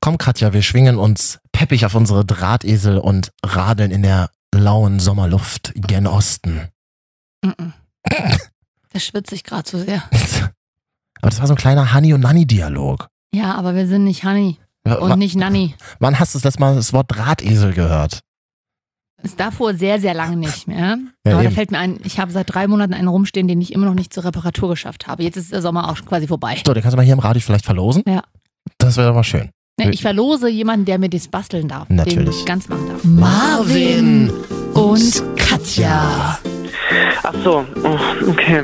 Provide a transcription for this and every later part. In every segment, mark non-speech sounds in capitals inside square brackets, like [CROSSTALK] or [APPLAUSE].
Komm, Katja, wir schwingen uns peppig auf unsere Drahtesel und radeln in der lauen Sommerluft gen Osten. [LAUGHS] Mhm. Da schwitze ich gerade zu sehr. Aber das war so ein kleiner Hani- und Nanni-Dialog. Ja, aber wir sind nicht Honey W- und wa- nicht Nanny. Wann hast du das letzte Mal das Wort Drahtesel gehört? Ist davor sehr, sehr lange nicht mehr. Ja, aber da eben. fällt mir ein, ich habe seit drei Monaten einen rumstehen, den ich immer noch nicht zur Reparatur geschafft habe. Jetzt ist der Sommer auch quasi vorbei. So, den kannst du mal hier im Radio vielleicht verlosen. Ja. Das wäre doch mal schön. Ne, Ich verlose jemanden, der mir das basteln darf. Den Natürlich. ich ganz machen darf. Marvin und Katja. Ach so, oh, okay.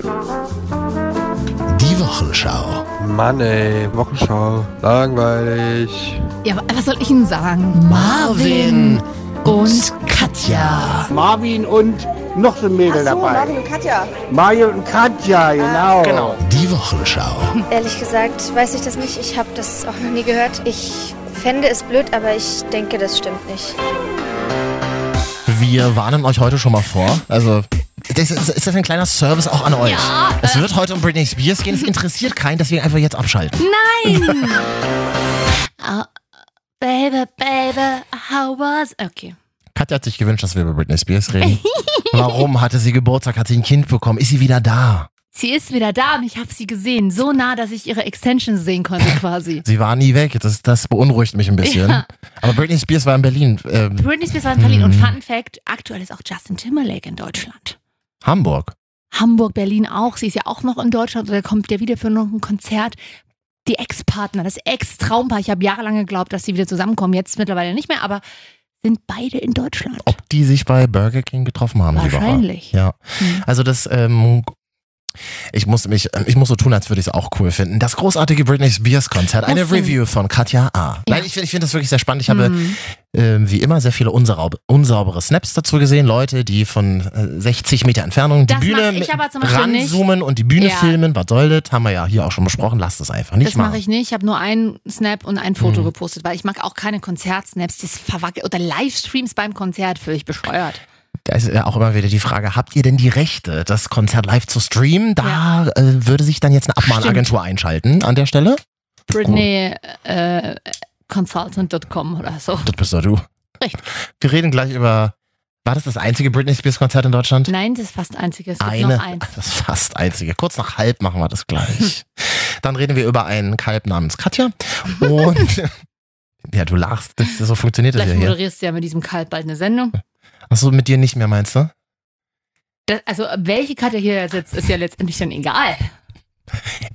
Die Wochenschau. Mann ey, Wochenschau, langweilig. Ja, wa- was soll ich Ihnen sagen? Marvin und Katja. Marvin und noch so ein Mädel Ach so, dabei. Marvin und Katja. Mario und Katja, genau. Genau. Die Wochenschau. Ehrlich gesagt weiß ich das nicht. Ich habe das auch noch nie gehört. Ich fände es blöd, aber ich denke, das stimmt nicht. [LAUGHS] Wir warnen euch heute schon mal vor. Also, das ist, ist das ein kleiner Service auch an euch? Ja, äh. Es wird heute um Britney Spears gehen. Es interessiert keinen, deswegen einfach jetzt abschalten. Nein! oh, baby, baby, how was... Okay. Katja hat sich gewünscht, dass wir über Britney Spears [LAUGHS] reden. Warum hatte sie Geburtstag? Hat sie ein Kind bekommen? Ist sie wieder da? Sie ist wieder da und ich habe sie gesehen. So nah, dass ich ihre Extensions [LAUGHS] sehen konnte quasi. Sie war nie weg. Das, das beunruhigt mich ein bisschen. Ja. Aber Britney Spears war in Berlin. Ähm, Britney Spears war in Berlin Mhm. und Fun Fact, aktuell ist auch Justin Timberlake in Deutschland. Hamburg. Hamburg, Berlin auch. Sie ist ja auch noch in Deutschland oder kommt ja wieder für noch ein Konzert. Die Ex-Partner, das Ex-Traumpaar. Ich habe jahrelang geglaubt, dass sie wieder zusammenkommen. Jetzt mittlerweile nicht mehr, aber sind beide in Deutschland. Ob die sich bei Burger King getroffen haben die Woche? Wahrscheinlich. Ja. Mhm. Also das, ähm, ich muss mich, äh, ich muss so tun, als würde ich es auch cool finden. Das großartige Britney Spears Konzert, Was eine denn? Review von Katja A. Ja. Nein, ich finde ich find das wirklich sehr spannend. Ich habe Mhm. ähm, wie immer sehr viele unsaub unsaubere Snaps dazu gesehen. Leute, die von äh, 60 Meter Entfernung die Das Bühne mach ich mit- aber zum Beispiel nicht. ranzoomen und die Bühne Ja. filmen. Was soll das? Haben wir ja hier auch schon besprochen. Lasst es einfach nicht das mache machen. ich nicht. Ich habe nur einen Snap und ein Foto Mhm. gepostet, weil ich mag auch keine Konzertsnaps. Das verwackelt. Oder Livestreams beim Konzert, völlig bescheuert. Da ist ja auch immer wieder die Frage, habt ihr denn die Rechte, das Konzert live zu streamen? Da äh, würde sich dann jetzt eine Abmahnagentur einschalten an der Stelle. Britney äh, Consultant.com oder so. Das bist doch du. Richtig. Wir reden gleich über. War das das einzige Britney Spears Konzert in Deutschland? Nein, das ist fast einziges. Es gibt Eine. noch eins. Das fast einzige. Kurz nach halb machen wir das [LAUGHS] gleich. Dann reden wir über einen Kalb namens Katja. [LAUGHS] Und. [LAUGHS] ja, du lachst. Das, so funktioniert das ja Vielleicht hier. moderierst du ja mit diesem Kalb bald eine Sendung. Achso, mit dir nicht mehr, meinst du? Das, also, welche Katja hier sitzt, ist ja letztendlich dann egal.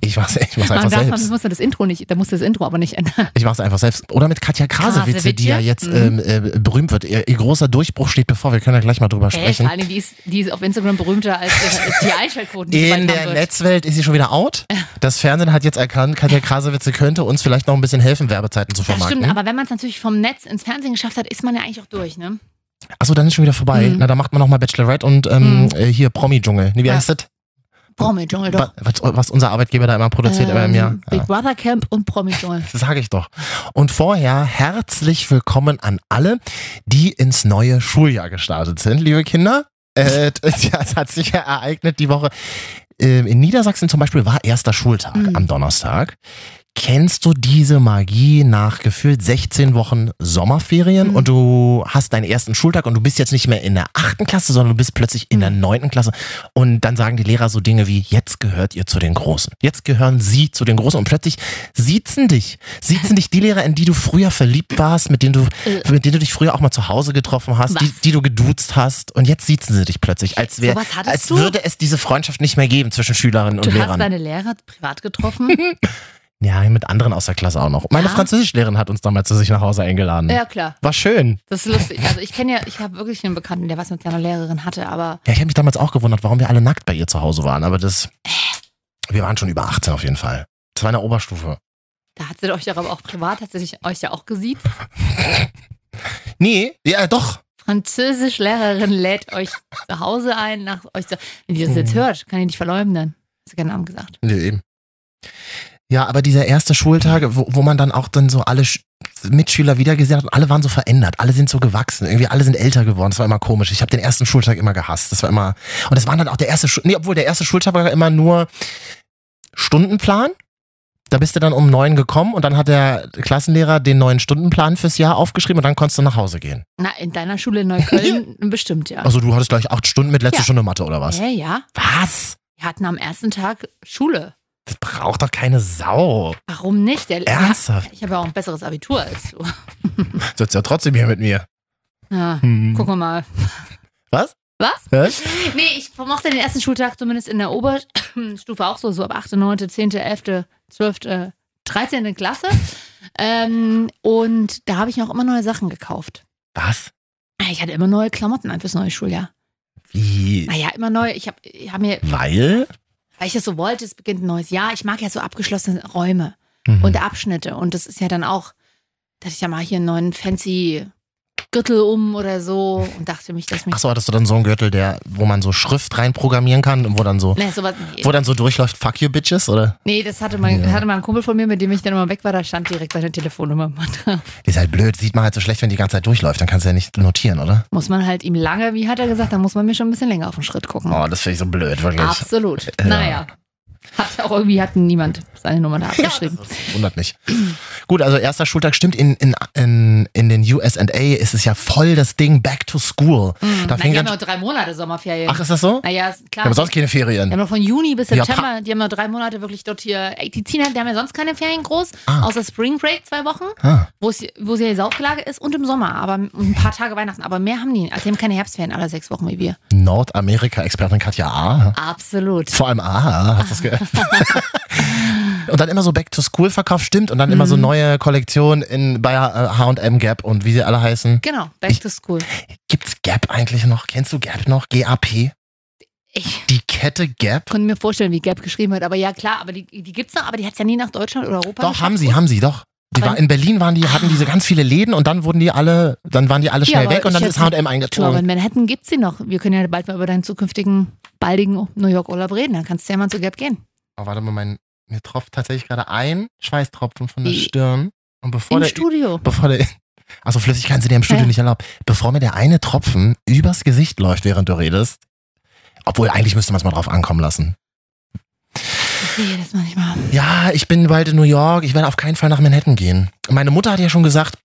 Ich mach's, ich mach's Man einfach darf, man selbst. muss ja das Intro nicht, da muss das Intro aber nicht ändern. Ich mach's einfach selbst. Oder mit Katja Krasewitze, die ja jetzt ähm, Krasewitze? äh, berühmt wird. Ihr, ihr großer Durchbruch steht bevor. Wir können ja gleich mal drüber Hey, sprechen. vor allem, die ist, die ist auf Instagram berühmter als ihre- die Einschaltquoten, die sie In bald haben der wird. Netzwelt ist sie schon wieder out. Das Fernsehen hat jetzt erkannt, Katja Krasewitze könnte uns vielleicht noch ein bisschen helfen, Werbezeiten zu Das vermarkten. stimmt, aber wenn man es natürlich vom Netz ins Fernsehen geschafft hat, ist man ja eigentlich auch durch, ne? Achso, dann ist schon wieder vorbei. Mhm. Na, dann macht man nochmal Bachelorette und ähm, Mhm. äh, hier Promi-Dschungel. Nee, wie Ja. heißt das? Promi-Dschungel doch. Wa- Was, was unser Arbeitgeber da immer produziert, aber im Ähm, Jahr. Ah. Big Ja. Brother Camp und [LAUGHS] Promi-Dschungel. Das sage ich doch. Und vorher herzlich willkommen an alle, die ins neue Schuljahr gestartet sind, liebe Kinder. Äh, [LAUGHS] ja, es hat sich ja ereignet die Woche. Ähm, in Niedersachsen zum Beispiel war erster Schultag Mhm. am Donnerstag. Kennst du diese Magie nach gefühlt 16 Wochen Sommerferien Mhm. und du hast deinen ersten Schultag und du bist jetzt nicht mehr in der achten Klasse, sondern du bist plötzlich in der Mhm. neunten Klasse und dann sagen die Lehrer so Dinge wie, jetzt gehört ihr zu den Großen. Jetzt gehören sie zu den Großen und plötzlich siezen dich, siezen dich die Lehrer, in die du früher verliebt warst, mit denen du, Äh. mit denen du dich früher auch mal zu Hause getroffen hast, die, Was? die du geduzt hast und jetzt siezen sie dich plötzlich, als wäre, So was hattest als du? würde es diese Freundschaft nicht mehr geben zwischen Schülerinnen und Du hast Lehrern. deine Lehrer privat getroffen. [LAUGHS] Ja, mit anderen aus der Klasse auch noch. Meine Ja. Französischlehrerin hat uns damals zu sich nach Hause eingeladen. ja, klar. War schön. Das ist lustig. Also ich kenne ja, ich habe wirklich einen Bekannten, der was mit seiner Lehrerin hatte, aber Ja, ich habe mich damals auch gewundert, warum wir alle nackt bei ihr zu Hause waren. Aber das. Wir waren schon über 18 auf jeden Fall. Das war in der Oberstufe. da hat sie euch ja aber auch privat, hat sie sich euch ja auch gesiezt. Nee, ja, doch. Französischlehrerin lädt euch zu Hause ein, nach euch zu. Wenn ihr das jetzt Mhm. hört, kann ich nicht verleumden. Hast du keinen Namen gesagt. Nee, eben. Ja, aber dieser erste Schultag, wo, wo man dann auch dann so alle Sch Mitschüler wieder gesehen hat und alle waren so verändert, alle sind so gewachsen, irgendwie alle sind älter geworden. Das war immer komisch. Ich habe den ersten Schultag immer gehasst. Das war immer und das waren dann auch der erste Schu nee, obwohl der erste Schultag war immer nur Stundenplan Da bist du dann um neun gekommen und dann hat der Klassenlehrer den neuen Stundenplan fürs Jahr aufgeschrieben und dann konntest du nach Hause gehen. Na, in deiner Schule [LAUGHS] in Neukölln bestimmt, ja. Also du hattest gleich acht Stunden mit letzter Ja. Stunde Mathe oder was? Ja, ja. Was? Wir hatten am ersten Tag Schule. Das braucht doch keine Sau. Warum nicht? Der, Ernsthaft? Ich habe ja auch ein besseres Abitur als du. Sitzt ja trotzdem hier mit mir. Ja, Hm. gucken wir mal. Was? Was? Hä? Nee, ich vermochte den ersten Schultag zumindest in der Oberstufe auch so, so ab 8., 9., 10., 11., 12., 13. Klasse. ähm, und da habe ich mir auch immer neue Sachen gekauft. Ah, Was? Ich hatte immer neue Klamotten an fürs neue Schuljahr. Wie? Naja, immer neu. Ich habe ich hab mir, Weil? weil ich das so wollte, es beginnt ein neues Jahr. Ich mag ja so abgeschlossene Räume Mhm. und Abschnitte. Und das ist ja dann auch, da hatte ich ja mal hier einen neuen fancy Gürtel um oder so und dachte mich, dass mich. Ach so, hattest du dann so einen Gürtel, der, wo man so Schrift reinprogrammieren kann und wo dann so, Nee, sowas, nee, wo dann so durchläuft, fuck you bitches, oder? nee, das hatte mein, Ja. hatte mal ein Kumpel von mir, mit dem ich dann immer weg war, da stand direkt seine Telefonnummer. Ist halt blöd, sieht man halt so schlecht, wenn die ganze Zeit durchläuft, dann kannst du ja nicht notieren, oder? muss man halt ihm lange, wie hat er gesagt, da muss man mir schon ein bisschen länger auf den Schritt gucken. Oh, das finde ich so blöd, wirklich. Absolut. Ja. Naja. Hat auch irgendwie hat niemand seine Nummer da abgeschrieben. Das wundert mich. Gut, also erster Schultag stimmt. In, in, in, in den USA ist es ja voll das Ding Back to School. Da Nein, fing die haben dann, nur drei Monate Sommerferien. ach, ist das so? naja, ist Wir klar. haben sonst keine Ferien. Die haben noch von Juni bis Ja, September, die haben noch drei Monate wirklich dort hier. Ey, Die ziehen halt, die haben ja sonst keine Ferien groß, Ah. außer Spring Break zwei Wochen, Ah. wo es wo sie ja die Saufgelage ist und im Sommer, aber und ein paar Tage Weihnachten. Aber mehr haben die. nicht. Also die haben keine Herbstferien alle sechs Wochen wie wir. Nordamerika-Expertin Katja A. Absolut. Vor allem A, hast du das gehört? [LAUGHS] und dann immer so Back to School Verkauf stimmt und dann immer Mhm. so neue Kollektionen in bei äh, H&M Gap und wie sie alle heißen. Genau, back to school. Gibt's Gap eigentlich noch? Kennst du Gap noch? GAP? Ich Die Kette Gap? konnte mir vorstellen, wie Gap geschrieben hat, aber ja klar, aber die, die gibt's noch, aber die hat's ja nie nach Deutschland oder Europa Doch, geschafft. haben sie, haben sie, doch. Die Aber- war, in Berlin waren die, hatten diese ganz viele Läden und dann wurden die alle, dann waren die alle Ah. Ja, schnell aber weg und ich dann ist schätze- H&M Ja, aber eingezogen. in Manhattan gibt's sie noch. Wir können ja bald mal über deinen zukünftigen, baldigen New York-Urlaub reden. Dann kannst du ja mal zu Gap gehen. Oh, warte mal, mein, mir tropft tatsächlich gerade ein Schweißtropfen von der Wie? Stirn. Und bevor Im der, Studio. bevor der, [LAUGHS] also Flüssigkeit sind ja im Studio Ja. nicht erlaubt. Bevor mir der eine Tropfen übers Gesicht läuft, während du redest. Obwohl, eigentlich müsste man es mal drauf ankommen lassen. Nee, das mach ich mal. Ja, ich bin bald in New York. Ich werde auf keinen Fall nach Manhattan gehen. Meine Mutter hat ja schon gesagt,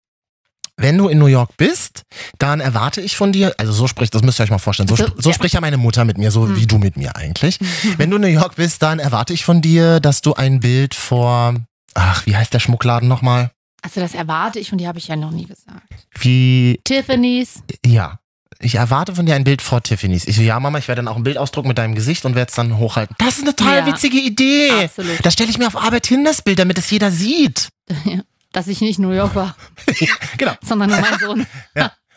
wenn du in New York bist, dann erwarte ich von dir, also so spricht, das müsst ihr euch mal vorstellen, so, So, sp- so ja. spricht ja meine Mutter mit mir, so Hm. wie du mit mir eigentlich. Wenn du in New York bist, dann erwarte ich von dir, dass du ein Bild vor, ach, wie heißt der Schmuckladen nochmal? Also das erwarte ich und die habe ich ja noch nie gesagt. Wie Tiffany's. Ja. Ich erwarte von dir ein Bild vor Tiffany's. Ich so, ja, Mama, ich werde dann auch ein Bild ausdrucken mit deinem Gesicht und werde es dann hochhalten. Das ist eine total Ja. witzige Idee. Absolut. Das stelle ich mir auf Arbeit hin, das Bild, damit es jeder sieht. Dass ich nicht New York [LAUGHS] war, Genau. sondern nur mein Sohn.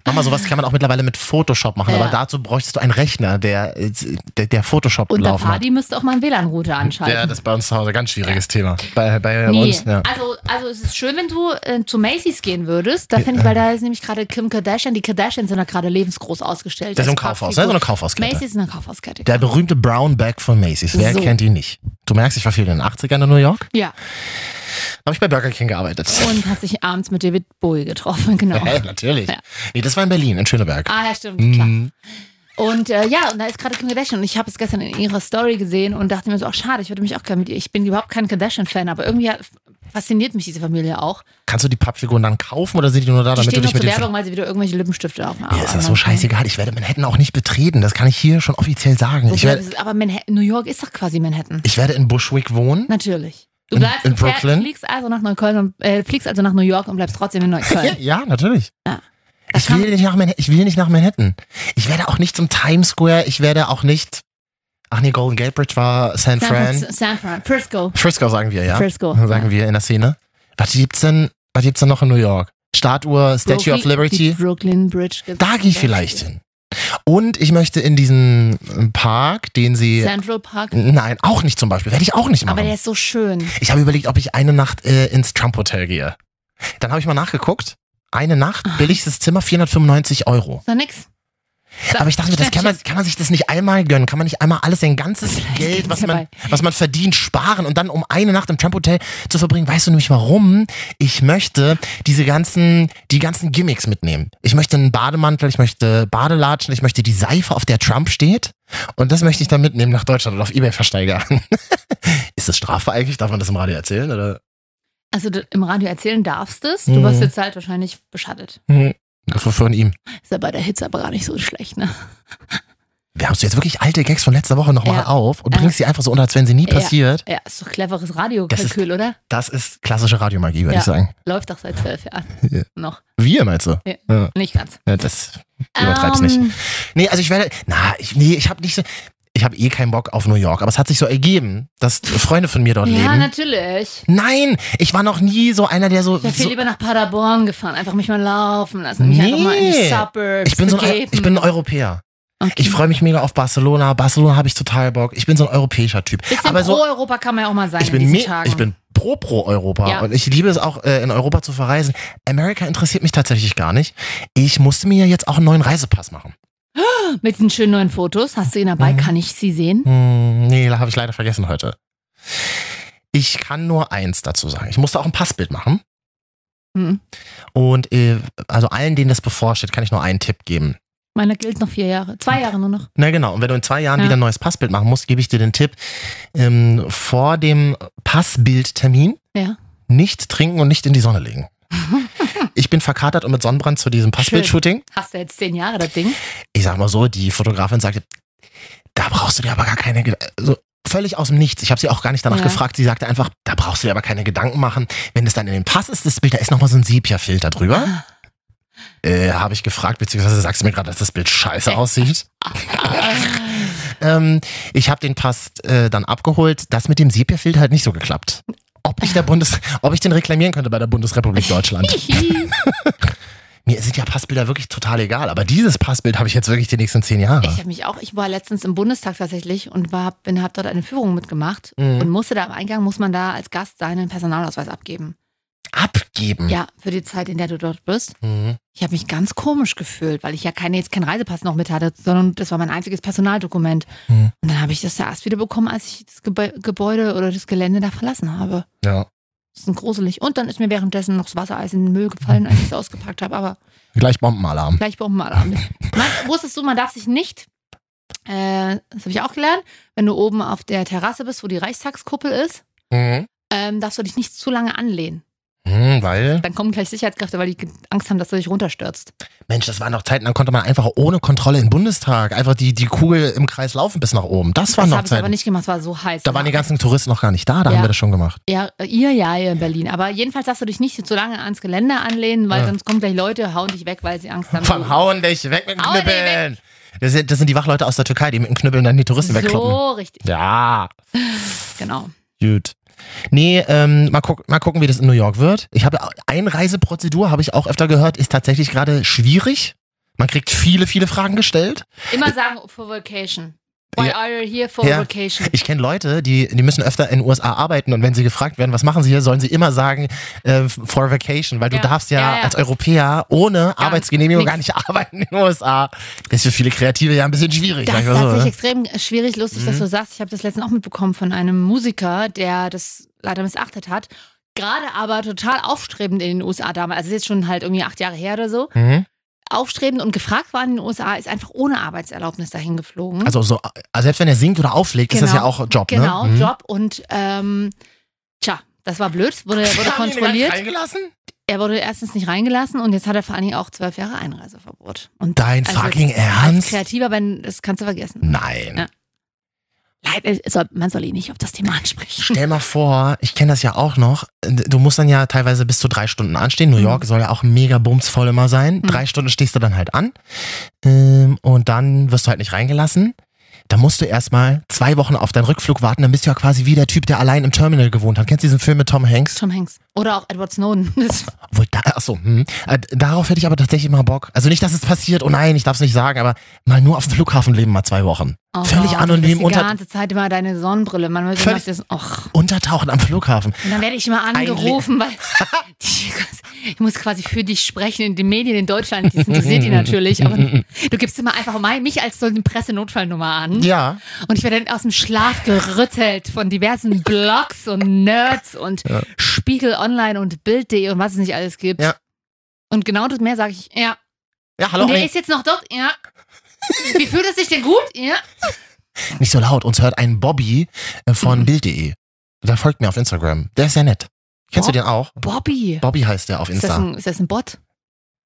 Mama, sowas kann man auch mittlerweile mit Photoshop machen, Ja. aber dazu bräuchtest du einen Rechner, der, äh, der, der Photoshop Und der laufen hat. Fadi müsste auch mal einen WLAN-Router anschalten. Ja, das ist bei uns zu Hause ein ganz schwieriges Thema. Bei, bei Nee. uns, ja. Also, also es ist schön, wenn du äh, zu Macy's gehen würdest. Da fände ich, ähm. weil da ist nämlich gerade Kim Kardashian, die Kardashians sind da gerade lebensgroß ausgestellt. Das ist ein Als Kaufhaus, ne? Pappfigur. So eine Kaufhauskette. Macy's ist eine Kaufhauskette. Der berühmte Brown Bag von Macy's. Wer So. kennt ihn nicht? Du merkst, ich war viel in den 80ern in New York. ja. Habe ich bei Burger King gearbeitet. Und hast dich abends mit David Bowie getroffen, [LAUGHS] genau. Hey, [LAUGHS] natürlich. Ja. Nee, das war in Berlin, in Schöneberg. Ah, ja, stimmt, klar. Mhm. Und äh, ja, und da ist gerade Kim Kardashian. Und ich habe es gestern in ihrer Story gesehen und dachte mir so, ach schade, ich würde mich auch gerne mit ihr. Ich bin überhaupt kein Kardashian-Fan, aber irgendwie hat, fasziniert mich diese Familie auch. Kannst du die Pappfiguren dann kaufen oder sind die nur da, Die Ah, damit du stehen dich mit nur zur den Werbung, Ah, weil sie wieder irgendwelche Lippenstifte aufmachen. Mir ist das so scheißegal. Ich werde Manhattan auch nicht betreten. Das kann ich hier schon offiziell sagen. Ich werde, aber Manhattan, New York ist doch quasi Manhattan. ich werde in Bushwick wohnen. Natürlich. Du In- bleibst in du fähr- Brooklyn? fliegst also nach Neukölln und äh, fliegst also nach New York und bleibst trotzdem in Ja, [LAUGHS] Neukölln. ja, natürlich. Ja. Ich kann- will, nicht nach Manhattan, ich will nicht nach Manhattan. Ich werde auch nicht zum Times Square. Ich werde auch nicht. Ach nee, Golden Gate Bridge war San, San, Fran. Fran- San Fran, Frisco. Frisco sagen wir, ja. Frisco. Sagen wir in der Szene. Was gibt's denn, was gibt's denn noch in New York? Statue, Statue of Liberty. Die Brooklyn Bridge. gibt's Da gehe ich zum vielleicht Beispiel. hin. Und ich möchte in diesen Park, den sie. Central Park. Nein, auch nicht zum Beispiel. Werde ich auch nicht Aber der machen. ist so schön. Ich habe überlegt, ob ich eine Nacht äh, ins Trump Hotel gehe. Dann habe ich mal nachgeguckt. Eine Nacht, billigstes Zimmer, 495 Euro. Ist doch nix. [LAUGHS] So, Aber ich dachte mir, das kann, man, kann man sich das nicht einmal gönnen? Kann man nicht einmal alles, sein ganzes Vielleicht Geld, geht's was ja man, was man verdient, sparen und dann um eine Nacht im Trump Hotel zu verbringen? Weißt du nämlich warum? Ich möchte diese ganzen, die ganzen Gimmicks mitnehmen. Ich möchte einen Bademantel, ich möchte Badelatschen, ich möchte die Seife, auf der Trump steht. Und das möchte ich dann mitnehmen nach Deutschland und auf Ebay versteigern. [LAUGHS] ist das strafbar eigentlich? Darf man das im Radio erzählen? Oder? Also d- im Radio erzählen darfst es. Du Mhm. wirst jetzt halt wahrscheinlich beschattet. Hm, Das war von ihm. Ist ja bei der Hitze aber gar nicht so schlecht, ne? Wir haben jetzt wirklich alte Gags von letzter Woche nochmal Ja. auf und Ja. bringst sie einfach so unter, als wären sie nie Ja. passiert. Ja, ist doch cleveres Das ist- Radiokalkül, oder? Das ist klassische Radiomagie, würde Ja. ich sagen. Läuft doch seit zwölf Jahren. Ja. Noch. Wir, meinst du? Nicht ganz. Ja, das Übertreib's nicht. Ähm, Nee, also ich werde. Na, ich, nee, ich habe nicht so. Ich habe eh keinen Bock auf New York, aber es hat sich so ergeben, dass Freunde von mir dort Ja, leben. natürlich. Nein, ich war noch nie so einer, der so. Ich wäre viel so lieber nach Paderborn gefahren. Einfach mich mal laufen lassen. Mich einfach mal in die Nee. Suburbs ich bin so ein, begeben. ich bin ein Europäer. Okay. Ich freue mich mega auf Barcelona. Barcelona habe ich total Bock. Ich bin so ein europäischer Typ. Bisschen aber pro so Europa kann man ja auch mal sein ich in bin diesen me- Tagen. ich bin pro pro Europa Ja. und ich liebe es auch äh, in Europa zu verreisen. Amerika interessiert mich tatsächlich gar nicht. Ich musste mir ja jetzt auch einen neuen Reisepass machen. Mit den schönen neuen Fotos. Hast du ihn dabei? Mhm. Kann ich sie sehen? Hm, nee, habe ich leider vergessen heute. Ich kann nur eins dazu sagen. Ich musste auch ein Passbild machen. Mhm. Und äh, also allen, denen das bevorsteht, kann ich nur einen Tipp geben. Meiner gilt noch vier Jahre. Zwei Jahre nur noch. Na genau, und wenn du in zwei Jahren Ja. wieder ein neues Passbild machen musst, gebe ich dir den Tipp, ähm, vor dem Passbildtermin Ja. nicht trinken und nicht in die Sonne [LAUGHS] legen. Ich bin verkatert und mit Sonnenbrand zu diesem Passbildshooting. Hast du jetzt zehn Jahre das Ding? Ich sag mal so, die Fotografin sagte, da brauchst du dir aber gar keine Ged- also Völlig aus dem Nichts. Ich habe sie auch gar nicht danach Ja. gefragt. Sie sagte einfach, da brauchst du dir aber keine Gedanken machen. Wenn es dann in den Pass ist, das Bild, da ist nochmal so ein Sepia-Filter drüber. Äh, habe ich gefragt, beziehungsweise sagst du mir gerade, dass das Bild scheiße aussieht. ähm, ich habe den Pass äh, dann abgeholt. Das mit dem Sepia-Filter hat nicht so geklappt. Ob ich, der Bundes ob ich den reklamieren könnte bei der Bundesrepublik Deutschland. [LAUGHS] [LAUGHS] ich Mir sind ja Passbilder wirklich total egal, aber dieses Passbild habe ich jetzt wirklich die nächsten zehn Jahre. habe mich auch, ich war letztens im Bundestag tatsächlich und war, bin, hab dort eine Führung mitgemacht Mhm. und musste da am Eingang, muss man da als Gast seinen Personalausweis abgeben. Abgeben. Ja, für die Zeit, in der du dort bist. Mhm. Ich habe mich ganz komisch gefühlt, weil ich ja keine, jetzt keinen Reisepass noch mit hatte, sondern das war mein einziges Personaldokument. Mhm. Und dann habe ich das da erst wieder bekommen, als ich das Gebä- Gebäude oder das Gelände da verlassen habe. Ja. Das ist gruselig. Und dann ist mir währenddessen noch das Wassereis in den Müll Mhm. gefallen, als ich es ausgepackt habe. Aber Gleich Bombenalarm. [LAUGHS] Gleich Bombenalarm. man, wusstest du, man darf sich nicht, äh, das habe ich auch gelernt, wenn du oben auf der Terrasse bist, wo die Reichstagskuppel ist, Mhm. ähm, darfst du dich nicht zu lange anlehnen. Mhm, weil, Dann kommen gleich Sicherheitskräfte, weil die ge- Angst haben, dass du dich runterstürzt. Mensch, das waren noch Zeiten, dann konnte man einfach ohne Kontrolle in den Bundestag einfach die, die Kugel im Kreis laufen bis nach oben. Das waren das noch habe ich aber Zeiten. nicht gemacht, es war so heiß. Da waren die ganzen Touristen noch gar nicht da, da Ja. haben wir das schon gemacht. ja, ihr ja ihr in Berlin. Aber jedenfalls darfst du dich nicht zu lange ans Geländer anlehnen, weil Ja. sonst kommen gleich Leute, hauen dich weg, weil sie Angst haben. Von hauen dich weg mit dem Hauen dich Knüppeln. Das sind, das sind die Wachleute aus der Türkei, die mit dem Knüppeln dann die Touristen wegkloppen. So richtig, Ja, genau. gut. Nee, ähm, mal, guck, mal gucken, wie das in New York wird. Ich habe Einreiseprozedur, habe ich auch öfter gehört, ist tatsächlich gerade schwierig. Man kriegt viele, viele Fragen gestellt. Immer sagen, for vacation. Why Ja. are you here for Ja. vacation? Ich kenne Leute, die, die müssen öfter in den USA arbeiten und wenn sie gefragt werden, was machen sie hier, sollen sie immer sagen, äh, for vacation, weil Ja. du darfst ja, Ja, ja. als Europäer ohne Arbeitsgenehmigung nix. gar nicht [LAUGHS] arbeiten in den USA. Das ist für viele Kreative ja ein bisschen schwierig. Das sag ist ich mal so, tatsächlich ne? Mhm. extrem schwierig, lustig, dass du sagst. Ich habe das letztens auch mitbekommen von einem Musiker, der das leider missachtet hat. Gerade aber total aufstrebend in den USA damals. Also ist jetzt schon halt irgendwie acht Jahre her oder so. Mhm. Aufstrebend und gefragt war in den USA, ist einfach ohne Arbeitserlaubnis dahin geflogen. Also so, also selbst wenn er singt oder auflegt, ist das Genau. ja auch Job, genau, ne? Mhm. Job und ähm, tja, das war blöd. [LAUGHS] Wurde, wurde Haben die ihn gar nicht kontrolliert. Also reingelassen? Er wurde erstens nicht reingelassen und jetzt hat er vor allen Dingen auch zwölf Jahre Einreiseverbot. Und Dein Also, fucking als Ernst? Kreativer, wenn, das kannst du vergessen. Nein. Ja. Leid, es soll, man soll ihn nicht auf das Thema ansprechen. Stell mal vor, ich kenne das ja auch noch. Du musst dann ja teilweise bis zu drei Stunden anstehen. New Mhm. York soll ja auch mega bumsvoll immer sein. Drei Stunden stehst du dann halt an. Ähm, und dann wirst du halt nicht reingelassen. Da musst du erstmal zwei Wochen auf deinen Rückflug warten. Dann bist du ja quasi wie der Typ, der allein im Terminal gewohnt hat. Kennst du diesen Film mit Tom Hanks? Tom Hanks. Oder auch Edward Snowden. [LAUGHS] Das, Obwohl, da, achso, hm. Äh, darauf hätte ich aber tatsächlich mal Bock. Also nicht, dass es passiert, oh nein, ich darf es nicht sagen, aber mal nur auf dem Flughafen leben, mal zwei Wochen. oh, Völlig anonym Die unter, ganze Zeit immer deine Sonnenbrille. Man will Völlig- das, och. untertauchen am Flughafen. Und dann werde ich immer Ein Le- angerufen, [LAUGHS] weil ich muss quasi für dich sprechen in den Medien in Deutschland. Das interessiert die natürlich. Mm, Aber du gibst immer einfach mein, mich als so eine Pressenotfallnummer an. Ja, Und ich werde dann aus dem Schlaf gerüttelt von diversen Blogs und Nerds und Spiegel Online und Bild.de und was es nicht alles gibt. Ja. Und genau das mehr sage ich, ja. ja, hallo. Und der Ring. ist jetzt noch dort, ja. Wie fühlt es sich denn gut? Ja. Nicht so laut. Uns hört ein Bobby äh, von Bild.de. Der folgt mir auf Instagram. Der ist sehr nett. Kennst du Bob- den auch? Bobby. Bobby heißt der auf Ist das, Insta. ein, ist das ein Bot?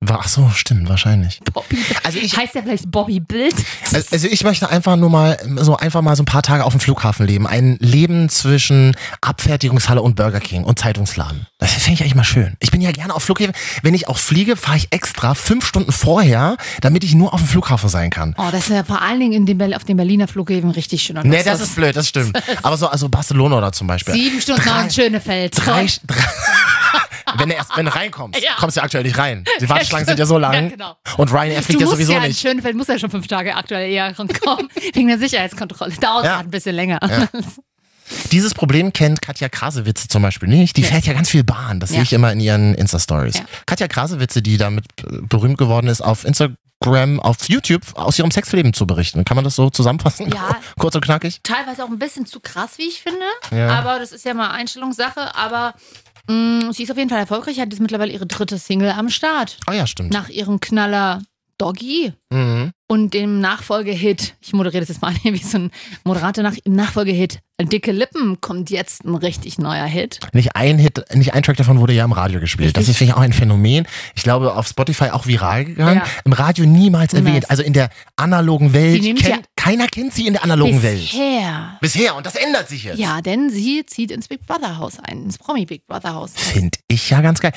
Wa- Ach so, stimmt, wahrscheinlich. Bobby. Also ich- heißt der vielleicht Bobby Bild? Also also ich möchte einfach nur mal so einfach mal so ein paar Tage auf dem Flughafen leben. Ein Leben zwischen Abfertigungshalle und Burger King und Zeitungsladen. Das finde ich eigentlich mal schön. Ich bin ja gerne auf Flughäfen. Wenn ich auch fliege, fahre ich extra fünf Stunden vorher, damit ich nur auf dem Flughafen sein kann. Oh, das ist ja vor allen Dingen in dem, Berl- auf den Berliner Flughäfen richtig schön. Nee, das ist blöd, das stimmt. Aber so, also Barcelona oder zum Beispiel. Sieben Stunden Drei- nach Schönefeld. Drei, drei, [LAUGHS] wenn du erst, wenn du reinkommst, Ja. kommst du aktuell nicht rein. Die Warteschlangen sind ja so lang. Ja, genau. Und Ryanair Du fliegt ja musst sowieso ja in nicht. [LAUGHS] Schönefeld muss ja schon fünf Tage aktuell eher [LAUGHS] rankommen, wegen der Sicherheitskontrolle. Dauert Ja. grad ein bisschen länger. Ja. Dieses Problem kennt Katja Krasewitze zum Beispiel nicht. Die fährt ja ganz viel Bahn. Das Ja. sehe ich immer in ihren Insta-Stories. Ja. Katja Krasewitze, die damit äh, berühmt geworden ist, auf Instagram, auf YouTube aus ihrem Sexleben zu berichten. Kann man das so zusammenfassen? Ja. [LAUGHS] Kurz und knackig? [LAUGHS] Teilweise auch ein bisschen zu krass, wie ich finde. Ja. Aber das ist ja mal Einstellungssache. Aber mh, sie ist auf jeden Fall erfolgreich, hat jetzt mittlerweile ihre dritte Single am Start. Oh ja, stimmt. Nach ihrem Knaller Doggy Mhm. und dem Nachfolgehit. Ich moderiere das jetzt mal [LAUGHS] wie so ein Moderator nach im Nachfolgehit. Dicke Lippen kommt jetzt ein richtig neuer Hit. Nicht ein Hit, nicht ein Track davon wurde ja im Radio gespielt. Das Richtig. ist finde ich auch ein Phänomen. Ich glaube, auf Spotify auch viral gegangen. Ja. Im Radio niemals Niemals. erwähnt. Also in der analogen Welt. Sie nimmt kennt- ja- keiner kennt sie in der analogen Welt. Bisher. Bisher. Und das ändert sich jetzt. Ja, denn sie zieht ins Big Brother Haus ein, ins Promi Big Brother Haus. Finde ich ja ganz geil.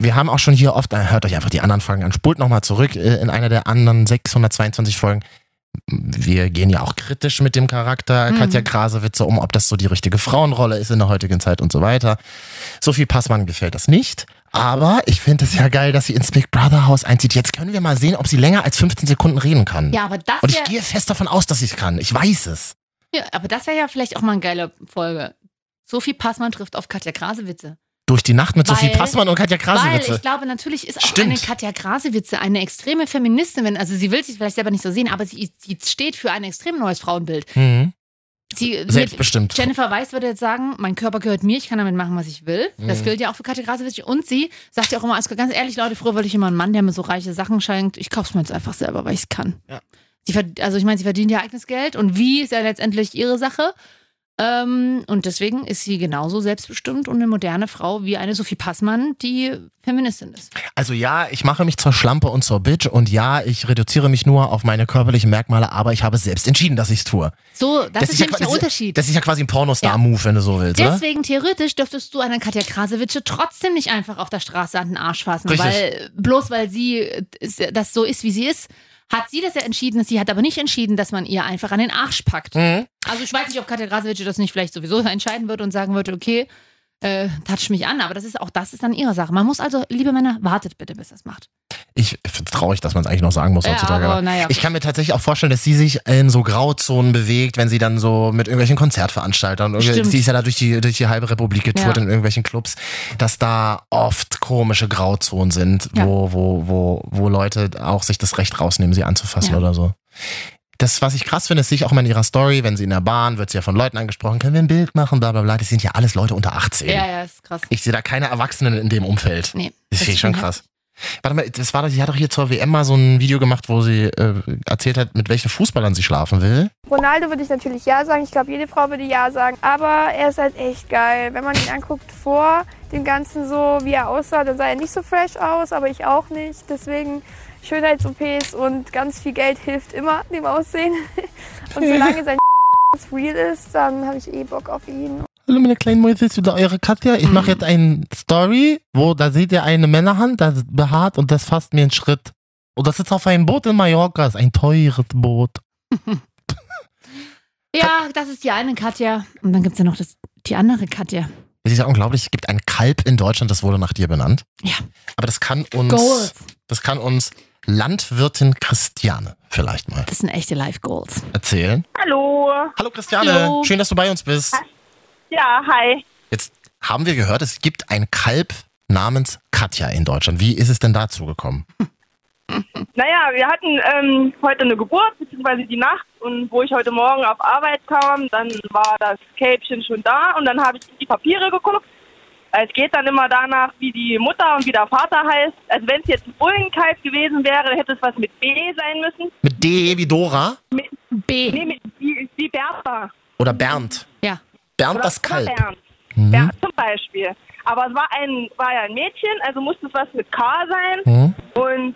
Wir haben auch schon hier oft, äh, hört euch einfach die anderen Folgen an, spult nochmal zurück äh, in einer der anderen 622 Folgen. Wir gehen ja auch kritisch mit dem Charakter Mhm. Katja Krasewitze um, ob das so die richtige Frauenrolle ist in der heutigen Zeit und so weiter. Sophie Passmann gefällt das nicht, aber ich finde es ja geil, dass sie ins Big Brother Haus einzieht. Jetzt können wir mal sehen, ob sie länger als 15 Sekunden reden kann. Ja, aber das und wär- ich gehe fest davon aus, dass sie es kann. Ich weiß es. Ja, aber das wäre ja vielleicht auch mal eine geile Folge. Sophie Passmann trifft auf Katja Grasewitze. Durch die Nacht mit Sophie Weil- Passmann und Katja Krasewitze. Weil ich glaube, natürlich ist auch Stimmt. eine Katja Grasewitze eine extreme Feministin. wenn- Also sie will sich vielleicht selber nicht so sehen, aber sie, sie steht für ein extrem neues Frauenbild. mhm. Sie, mit Selbstbestimmt. Jennifer Weiss würde jetzt sagen, mein Körper gehört mir, ich kann damit machen, was ich will. Das Mhm. gilt ja auch für Katja Grasewitze. Und sie sagt ja auch immer, also ganz ehrlich, Leute, früher wollte ich immer einen Mann, der mir so reiche Sachen schenkt. Ich kauf's mir jetzt einfach selber, weil ich's kann. Ja. Sie verd- also ich meine, sie verdient ihr eigenes Geld und wie ist ja letztendlich ihre Sache. Ähm, und deswegen ist sie genauso selbstbestimmt und eine moderne Frau wie eine Sophie Passmann, die Feministin ist. Also ja, ich mache mich zur Schlampe und zur Bitch und ja, ich reduziere mich nur auf meine körperlichen Merkmale, aber ich habe selbst entschieden, dass ich es tue. So, das, ist, nämlich ja, der qua- Unterschied. Das ist ja quasi ein Pornostar-Move, wenn du so willst, oder? Deswegen theoretisch dürftest du einer Katja Krasewitsche trotzdem nicht einfach auf der Straße an den Arsch fassen, Richtig. weil bloß weil sie äh, ist- das so ist, wie sie ist, hat sie das ja entschieden. Sie hat aber nicht entschieden, dass man ihr einfach an den Arsch packt. Mhm. Also ich weiß nicht, ob Katja Krasewitsche das nicht vielleicht sowieso entscheiden würde und sagen würde, okay, äh, touch mich an, aber das ist auch das ist dann ihre Sache. Man muss also, liebe Männer, wartet bitte, bis das macht. Ich finde es traurig, dass man es eigentlich noch sagen muss Ja, heutzutage. aber aber naja. Ich kann mir tatsächlich auch vorstellen, dass sie sich in so Grauzonen bewegt, wenn sie dann so mit irgendwelchen Konzertveranstaltern, und Stimmt. sie ist ja da durch die, durch die halbe Republik getourt Ja. in irgendwelchen Clubs, dass da oft komische Grauzonen sind, Ja. wo, wo, wo, wo Leute auch sich das Recht rausnehmen, sie anzufassen Ja. oder so. Das, was ich krass finde, das sehe ich auch immer in ihrer Story, wenn sie in der Bahn, wird sie ja von Leuten angesprochen, können wir ein Bild machen, bla bla bla. Das sind ja alles Leute unter 18. Ja, ja, ist krass. Ich sehe da keine Erwachsenen in dem Umfeld. Nee, Das finde ich ist schon krass. Warte mal, das war doch, sie hat doch hier zur WM mal so ein Video gemacht, wo sie äh, erzählt hat, mit welchen Fußballern sie schlafen will. Ronaldo würde ich natürlich ja sagen. Ich glaube, jede Frau würde ja sagen. Aber er ist halt echt geil. Wenn man ihn anguckt vor dem Ganzen so, wie er aussah, dann sah er nicht so fresh aus, aber ich auch nicht. Deswegen Schönheits-OPs und ganz viel Geld hilft immer dem Aussehen. [LAUGHS] Und solange sein [LAUGHS] real ist, dann habe ich eh Bock auf ihn. Hallo meine kleinen Mäuse, ist wieder eure Katja. Ich Mhm. mache jetzt eine Story, wo da seht ihr eine Männerhand, das behaart und das fasst mir einen Schritt. Und das ist auf einem Boot in Mallorca, ist ein teures Boot. Ja, das ist die eine Katja. Und dann gibt es ja noch das, die andere Katja. Es ist ja unglaublich, es gibt ein Kalb in Deutschland, das wurde nach dir benannt. Ja. Aber das kann uns, Goals. das kann uns Landwirtin Christiane vielleicht mal Das sind echte Life Goals. erzählen. Hallo. Hallo Christiane, Hallo. schön, dass du bei uns bist. Ja, hi. Jetzt haben wir gehört, es gibt ein Kalb namens Katja in Deutschland. Wie ist es denn dazu gekommen? Naja, wir hatten ähm, heute eine Geburt, beziehungsweise die Nacht. Und wo ich heute Morgen auf Arbeit kam, dann war das Kälbchen schon da. Und dann habe ich in die Papiere geguckt. Es geht dann immer danach, wie die Mutter und wie der Vater heißt. Also wenn es jetzt Bullenkalb gewesen wäre, hätte es was mit B sein müssen. Mit D E wie Dora B. Nee, mit wie, wie Bertha. oder Bernd. Ja. Bernd Oder das Mhm. Kalb. Bernd. Ja, zum Beispiel. Aber es war, ein, war ja ein Mädchen, also musste es was mit K sein. Hm? Und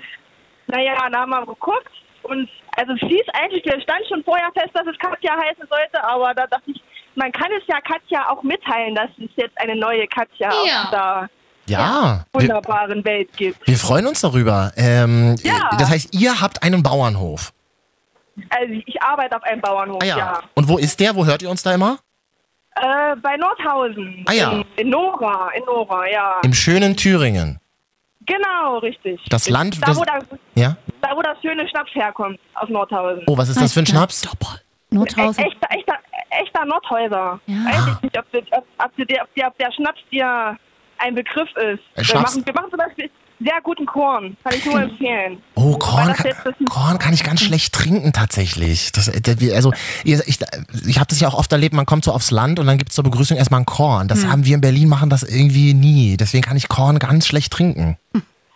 naja, da haben wir geguckt. Und also es hieß eigentlich, der stand schon vorher fest, dass es Katja heißen sollte, aber da dachte ich, man kann es ja Katja auch mitteilen, dass es jetzt eine neue Katja Ja. auf der Ja. Wir, wunderbaren Welt gibt. wir freuen uns darüber. Ähm, Ja. Das heißt, ihr habt einen Bauernhof. Also ich arbeite auf einem Bauernhof, Ah ja. ja. Und wo ist der? Wo hört ihr uns da immer? Äh, bei Nordhausen. Ah ja. In, in Nora, in Nora, ja. Im schönen Thüringen. genau, richtig. Das Land- Da, das- wo das, Ja? da, wo das schöne Schnaps herkommt, aus Nordhausen. Oh, was ist das für ein genau. Schnaps? Nordhausen. E echter, echter, echter Nordhäuser. Ja. Weiß ich nicht, ob, das- ob, ob, der, ob, der, ob der Schnaps dir ein Begriff Ein ist. wir, Schnaps- machen, wir machen zum Beispiel sehr guten Korn. Kann ich nur empfehlen. Oh, Korn, das kann, jetzt das- Hm. Korn kann ich ganz schlecht trinken tatsächlich. Das, äh, wir- also ihr- ich, ich habe das ja auch oft erlebt, man kommt so aufs Land und dann gibt's zur Begrüßung erstmal ein Korn. Hm. Das haben wir in Berlin, machen das irgendwie nie. Deswegen kann ich Korn ganz schlecht trinken.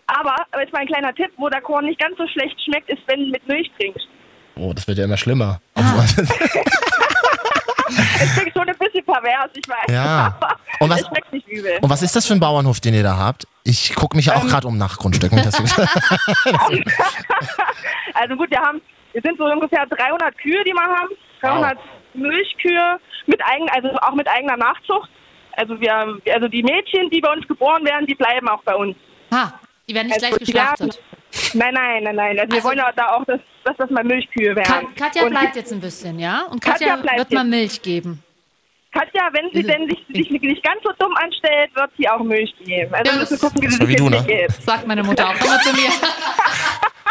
Aber, aber jetzt mal ein kleiner Tipp, wo der Korn nicht ganz so schlecht schmeckt, ist, wenn du mit Milch trinkst. Oh, das wird ja immer schlimmer. Ah. Das klingt schon ein bisschen pervers, ich weiß. [LAUGHS] Ja. Und Und was- was, es schmeckt nicht übel. Und was ist das für ein Bauernhof, den ihr da habt? Ich gucke mich ja Ähm. auch gerade um nach Grundstücken. Deswegen, [LAUGHS] Also gut, wir haben, wir sind so ungefähr 300 Kühe, die wir haben. 300 Milchkühe mit eigen, also auch mit eigener Nachzucht. Also wir, also die Mädchen, die bei uns geboren werden, die bleiben auch bei uns. Ha, die werden nicht also gleich geschlachtet. die Werden, nein, nein, nein, nein. Also, wir Also- wollen ja da auch, dass, dass das mal Milchkühe werden. Ka- Katja Und bleibt jetzt ein bisschen, ja? Und Katja, Katja bleibt wird mal jetzt. Milch geben. Katja, wenn sie denn sich, sich nicht ganz so dumm anstellt, wird sie auch Milch geben. Also Ja, wir müssen gucken, wie sie war sich wie du, ne? entwickelt. Sagt meine Mutter auch immer zu mir.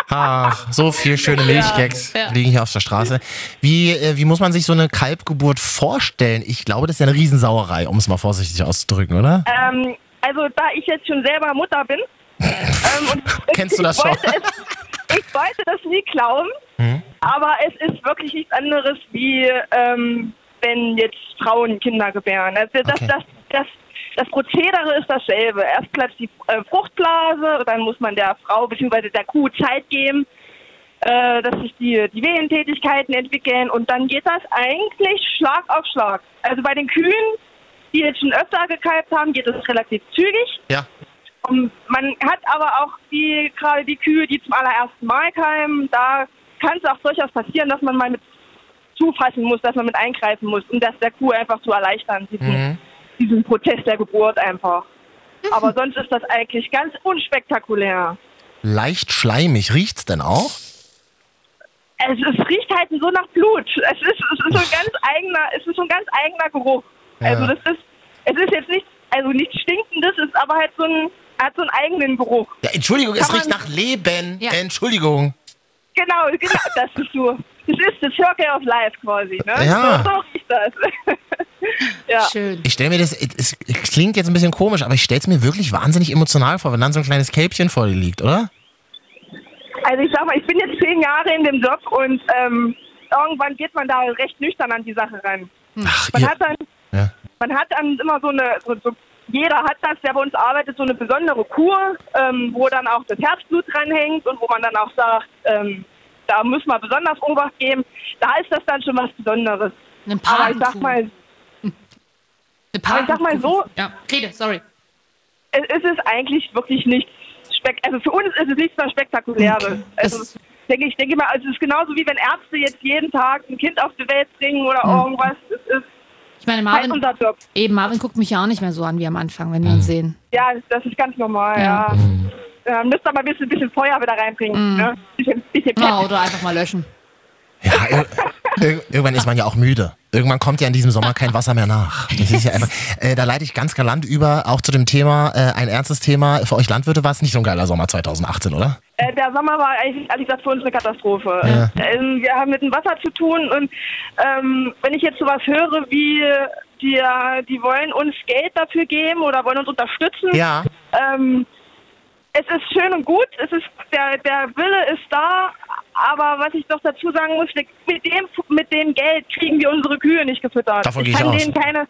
ach, so viel schöne Milchgags liegen hier auf der Straße. Wie, äh, wie muss man sich so eine Kalbgeburt vorstellen? Ich glaube, das ist ja eine Riesensauerei, um es mal vorsichtig auszudrücken, oder? Ähm, also da ich jetzt schon selber Mutter [LAUGHS] bin, ähm, und Kennst du das ich schon? wollte Es, ich wollte das nie glauben, aber es ist wirklich nichts anderes wie ähm, wenn jetzt Frauen Kinder gebären. Also das, Okay. das, das, das Prozedere ist dasselbe. Erst platzt die äh, Fruchtblase, dann muss man der Frau bzw. der Kuh Zeit geben, äh, dass sich die, die Wehentätigkeiten entwickeln und dann geht das eigentlich Schlag auf Schlag. Also bei den Kühen, die jetzt schon öfter gekalbt haben, geht es relativ zügig. Ja. Und man hat aber auch die gerade die Kühe, die zum allerersten Mal keimen, da kann es auch durchaus passieren, dass man mal mit zufassen muss, dass man mit eingreifen muss, um das der Kuh einfach zu erleichtern, diesen, Mhm. diesen Prozess der Geburt einfach. Aber sonst ist das eigentlich ganz unspektakulär. Leicht schleimig. Riecht's denn auch? Es, es riecht halt so nach Blut. Es ist, es ist so ein ganz eigener, es ist so ein ganz eigener Geruch. Also das ist, es ist jetzt nicht, also nichts stinkendes, es ist aber halt so ein, hat so einen eigenen Geruch. Ja, Entschuldigung, es Kann riecht man- nach Leben. Ja. Entschuldigung. Genau, genau, das ist so. Das ist das Circle of Life quasi, ne? Ja. So, so riecht das. [LAUGHS] ja. Schön. Ich stelle mir das, es klingt jetzt ein bisschen komisch, aber ich stelle es mir wirklich wahnsinnig emotional vor, wenn dann so ein kleines Kälbchen vor dir liegt, oder? Also ich sag mal, ich bin jetzt zehn Jahre in dem Job und ähm, irgendwann geht man da recht nüchtern an die Sache ran. Ach, Hm. Man ihr, hat dann, Ja. man hat dann immer so eine, so, so, jeder hat das, der bei uns arbeitet, so eine besondere Kur, ähm, wo dann auch das Herzblut dranhängt und wo man dann auch sagt, ähm, da muss man besonders Obacht geben. Da ist das dann schon was Besonderes. Eine Aber ich Patenkuh. sag mal, Eine aber ich sag mal Patenkuh. so- Ja, rede, sorry. es es ist eigentlich wirklich nichts spek also für uns ist es nichts mehr Spektakuläres. Also Das- denke ich, denke mal, also es ist genauso wie wenn Ärzte jetzt jeden Tag ein Kind auf die Welt bringen oder irgendwas. Es ist Ich meine, halt Marvin, unser Job. eben, Marvin guckt mich ja auch nicht mehr so an wie am Anfang, wenn wir Hm. uns sehen. Ja, das ist ganz normal, Ja. ja. ja müsst aber ein bisschen, bisschen Feuer wieder reinbringen. Ne? Bisschen, bisschen Pep. Ja, oder einfach mal löschen. ja, ir ir irgendwann ist man ja auch müde. Irgendwann kommt ja in diesem Sommer kein Wasser mehr nach. Das ist ja einfach, äh, da leite ich ganz galant über, auch zu dem Thema, äh, ein ernstes Thema. Für euch Landwirte war es nicht so ein geiler Sommer 2018, oder? Äh, der Sommer war eigentlich, ehrlich gesagt, für uns eine Katastrophe. Ähm, wir haben mit dem Wasser zu tun und ähm, wenn ich jetzt sowas höre wie, die, äh, die wollen uns Geld dafür geben oder wollen uns unterstützen, Ja. ähm, es ist schön und gut, es ist der, der Wille ist da, aber was ich noch dazu sagen muss, wir- mit dem, mit dem Geld kriegen wir unsere Kühe nicht gefüttert. Davon gehe ich ich kann aus. denen keine,